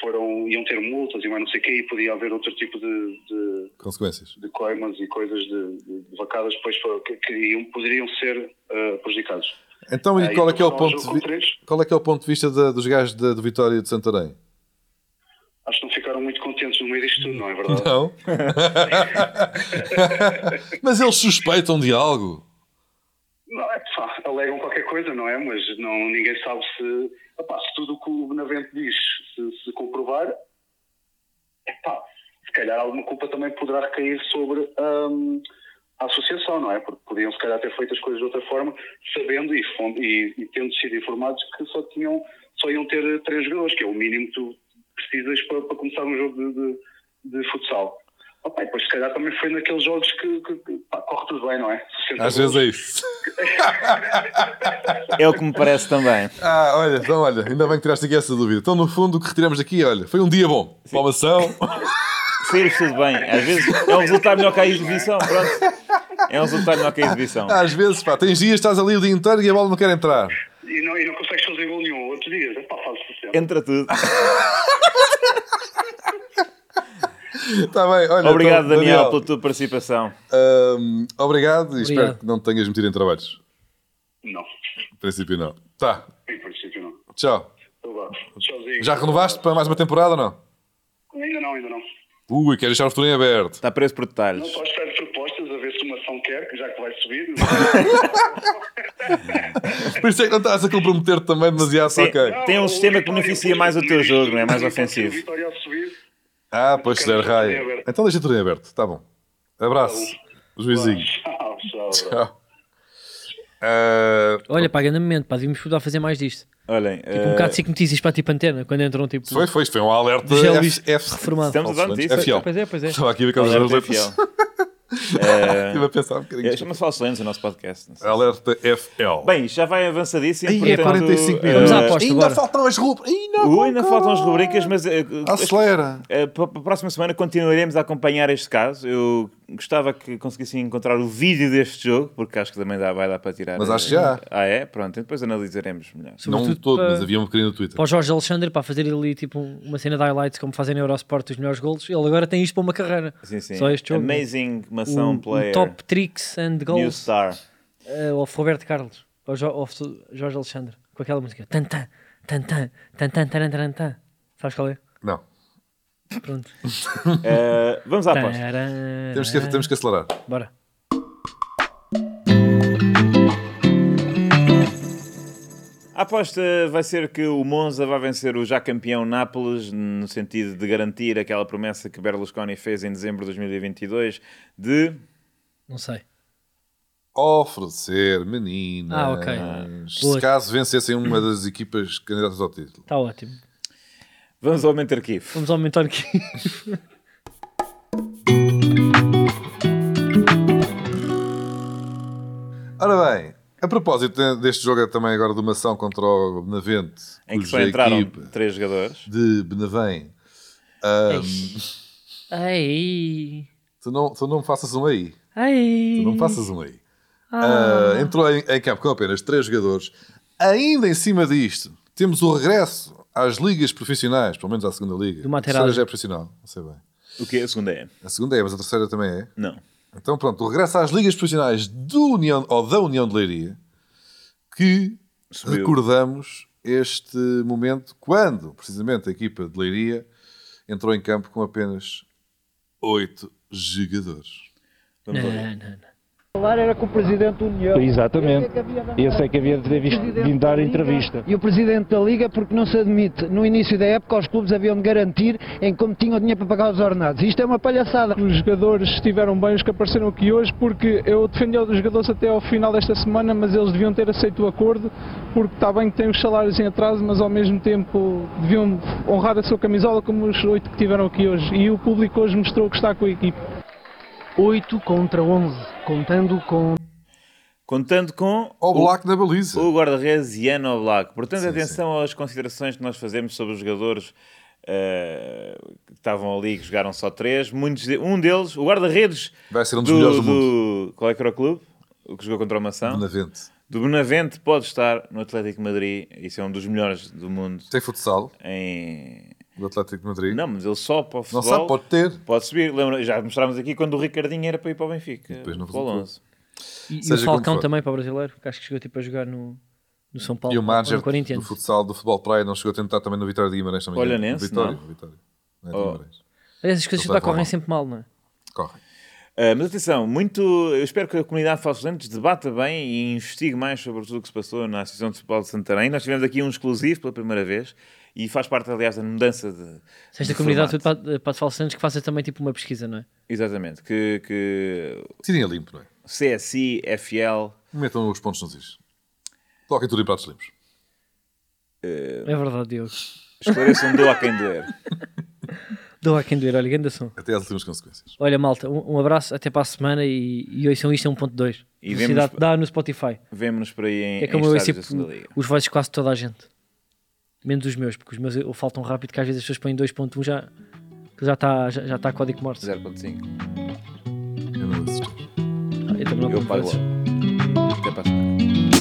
D: foram, iam ter multas e mais não sei o quê e podia haver outro tipo de- de,
A: Consequências.
D: de coimas e coisas de, de- de vacadas depois para- que, que iam- poderiam ser ah, prejudicados.
A: Então, e
D: Ah,
A: qual é que é o
D: então,
A: ponto
D: jogo
A: de
D: com três.
A: vi- qual é que é o ponto de vista da- dos gajos da- do Vitória de Santarém?
D: Acho que não ficaram muito contentes no meio disto tudo, não é verdade?
A: Não? Mas eles suspeitam de algo.
D: Não, é pá, alegam qualquer coisa, não é? Mas não, ninguém sabe se. Epá, se tudo o que o Benavente diz se, se comprovar, epá, se calhar alguma culpa também poderá recair sobre hum, a associação, não é? Porque podiam, se calhar, ter feito as coisas de outra forma, sabendo e, fon- e- e tendo sido informados que só, tinham, só iam ter três jogadores, que é o mínimo que tu precisas para, para começar um jogo de, de- de futsal. Opa, e depois, se calhar, também foi naqueles jogos que, que- que, pá, corre tudo bem, não é? 60
A: Às
D: golos.
A: vezes é isso.
C: É o que me parece também.
A: Ah, olha, então olha, ainda bem que tiraste aqui essa dúvida. Então, no fundo, o que retiramos daqui, olha, foi um dia bom. Palmação.
C: Saímos tudo bem. Às vezes é um resultado melhor que a exibição. Pronto. É um resultado melhor que a exibição.
A: Às vezes, pá, tens dias, estás ali o dia inteiro e a bola não quer entrar.
D: E não, e não consegues fazer gol nenhum. é
A: Então,
D: Outro dia, epá, fazes sempre.
C: Entra tudo.
A: Está Tá bem, olha.
C: Obrigado,
A: então,
C: Daniel, pela tua participação.
A: hum, obrigado e espero
B: Obrigado.
A: que não te tenhas metido em trabalhos.
D: Não,
A: Em princípio, não. Tá,
D: em princípio não.
A: tchau.
D: Então vá. Tchauzinho.
A: Já renovaste para mais uma temporada ou não?
D: Ainda não, ainda não.
A: Ui, quero deixar o futuro em aberto.
C: Está preso por
D: Não
C: detalhes.
D: só espero propostas a ver se uma ação quer, que já que vai subir.
A: Por isso é que não estás a comprometer também demasiado,
C: Sim.
A: ok.
D: Não,
C: Tem um
D: o
C: sistema que
D: Vitória
C: beneficia
D: pôs
C: mais o teu
D: Vitória
C: jogo, não é?
D: a subir,
C: Mais
D: o
C: ofensivo.
D: Vitória a subir.
A: Ah, pois se der
D: Quero deixar tudo em
A: raio.
D: aberto.
A: Então deixa tudo em aberto, está bom. Abraço, juizinho.
D: Tchau, tchau.
A: Tchau. Ah,
B: Olha, pá, grande momento, pá, devíamos estudar a fazer mais disto.
C: Olhem,
B: Tipo, um
C: eh,
B: bocado de 5 notícias para tipo antena, quando entram tipo.
A: foi, foi, isto foi um alerta
B: Do Gel
A: F,
B: Luís
A: F,
B: reformado.
C: Estamos a dar
A: Falso
C: notícia.
A: Lentes. FL.
B: Pois é, pois é.
A: Estava aqui a ver aquelas
C: alerta é
A: duas
C: fiel.
A: letras. Estive a pensar um bocadinho.
C: Eh, Chama-se Falso Lentes o nosso podcast. não sei.
A: Alerta FL.
C: Bem, isto já vai avançadíssimo.
A: Ai, é
C: portanto,
A: 45
C: eh,
A: minutos.
B: Vamos à aposta
A: Ainda
B: agora.
A: faltam as rubricas. Ainda,
C: Ui,
A: vão,
C: ainda
A: caralho.
C: faltam as rubricas, mas eh,
A: Ah,
C: eh,
A: Acelera.
C: Eh, Para para a próxima semana continuaremos a acompanhar este caso. Eu gostava que conseguissem encontrar o vídeo deste jogo, porque acho que também dá, vai dar para tirar.
A: Mas
C: eh,
A: acho que já.
C: Ah, é? Pronto, depois analisaremos melhor.
A: Não
B: Sobretudo
A: todo,
B: para-
A: mas havia um bocadinho no Twitter.
B: Para o Jorge Alexandre, para fazer ali tipo um- uma cena de highlights, como fazem na Eurosport os melhores golos, ele agora tem isto para uma carreira.
C: Sim, sim.
B: Só este jogo.
C: Amazing
B: O-
C: Mação
B: o
C: Player.
B: top tricks and
C: New
B: goals
C: Star.
B: eh, of Roberto Carlos, ou Jo- of Su- Jorge Alexandre, com aquela música. Tan tan, tan tan, tan tan, tan tan, tan. Sabes qual é?
A: Não.
B: Pronto.
C: Eh, vamos à
B: Tá.
C: aposta.
B: Tarará.
A: Temos que, temos que acelerar.
B: Bora.
C: A aposta vai ser que o Monza vai vencer o já campeão Nápoles, no sentido de garantir aquela promessa que Berlusconi fez em dezembro de 2022 de
B: Não sei.
A: Oferecer meninas.
B: Ah, ok.
A: Se
B: Boa.
A: caso vencessem uma das equipas candidatas ao título.
B: Está Tá ótimo.
C: vamos ao momento arquivo.
B: Vamos aumentar aqui.
A: Ora bem, a propósito de- deste jogo é também agora de uma ação contra o Benavente,
C: Em que
A: cuja
C: só entraram
A: equipa
C: três jogadores.
A: de Benavém,
B: Ai.
A: tu não, tu não me faças um aí.
B: Ai.
A: Tu não me faças um aí. Ah, entrou em, em campo com apenas três jogadores. Ainda em cima disto, temos o regresso às ligas profissionais, pelo menos à segunda liga.
B: Do
A: a
B: Materazzi.
A: terceira já é profissional, não sei bem.
C: O que é a segunda é?
A: A segunda é, mas a terceira também é.
C: Não.
A: Então pronto, o regresso às ligas profissionais do União, ou da União de Leiria, que
C: Subiu.
A: recordamos este momento quando, precisamente, a equipa de Leiria entrou em campo com apenas oito jogadores.
C: Vamos ouvir.
B: Não, não, não.
E: falar era com o Presidente da União.
F: Exatamente.
E: Esse é que havia de andar.
F: Esse é que havia de ter visto-
E: Presidente
F: vindo dar
E: da Liga
F: entrevista.
E: E o Presidente da Liga, porque não se admite, no início da época, os clubes haviam de garantir em como tinham dinheiro para pagar os ordenados. Isto é uma palhaçada.
F: Os jogadores estiveram bem, os que apareceram aqui hoje, porque eu defendi os jogadores até ao final desta semana, mas eles deviam ter aceito o acordo, porque está bem que têm os salários em atraso, mas ao mesmo tempo deviam honrar a sua camisola como os oito que tiveram aqui hoje. E o público hoje mostrou que está com a equipe.
E: 8 contra 11, contando com
C: Contando com
A: Ao Black na baliza.
C: o guarda-redes Ian Oblak. Portanto,
A: Sim,
C: atenção às considerações que nós fazemos sobre os jogadores eh, que estavam ali, que jogaram só três. Muitos de- um deles, o guarda-redes
A: Vai ser um dos melhores do
C: mundo. Qual é que era o clube? O que jogou contra o Mação?
A: Benavente.
C: Do Benavente pode estar no Atlético de Madrid. Isso é um dos melhores do mundo
A: Tem futsal
C: em...
A: do Atlético de Madrid.
C: Não, mas ele só para o
A: Não
C: futebol...
A: sabe, pode ter.
C: Pode subir, lembra, já mostrámos aqui quando o Ricardinho era para ir para o Benfica.
A: depois não
C: Futebol
A: resultou.
C: 11.
B: E, e o
A: Seja como
B: Falcão
A: for.
B: também para o brasileiro, que acho que chegou tipo a jogar no, no São Paulo.
A: E o
B: ou
A: manager
B: no Corinthians.
A: do futsal do futebol praia não chegou a tentar também no Vitória de Guimarães também.
C: Olha, nesse,
A: no Vitória,
C: não.
A: no Vitória. Não é de
C: Oh.
A: Guimarães.
B: Essas coisas
A: Não vai
B: lá correm
A: mal.
B: sempre mal, não é?
A: Corre.
C: Ah, mas atenção, muito, eu espero que a comunidade de Falsos Lentes debata bem e investigue mais sobre tudo o que se passou na Associação de Futebol de Santarém. Nós tivemos aqui um exclusivo pela primeira vez e faz parte, aliás, da mudança de.
B: Se esta
C: de
B: comunidade
C: formato.
B: tudo para, para falsantes que faça também tipo uma pesquisa, não é?
C: Exatamente, que, que
A: Tirem a limpo, não é?
C: CSI, FL,
A: Metam os pontos nos is. Toquem tudo em pratos limpos.
B: É verdade, Diogo.
C: esclareçam do a quem doer.
B: Dou a quem doer, olha, grande som.
A: Até às últimas consequências.
B: Olha, malta, um, um abraço, até para a semana e, e ouçam isto é 1.2.
C: E
B: Velocidade
C: vemos-
B: dá no Spotify.
C: Vemos-nos por aí em,
B: É
C: em
B: como eu ouço
C: estádios da Segunda
B: tipo,
C: Liga.
B: os vozes de quase toda a gente. Menos os meus, porque os meus eu- faltam rápido, que às vezes as pessoas põem 2.1 já que já está já, já está código morte.
C: 0.5.
A: Eu não assisto.
B: Eu também Então não
C: Eu
B: compro
C: pago
B: esses.
C: logo. Até para a semana.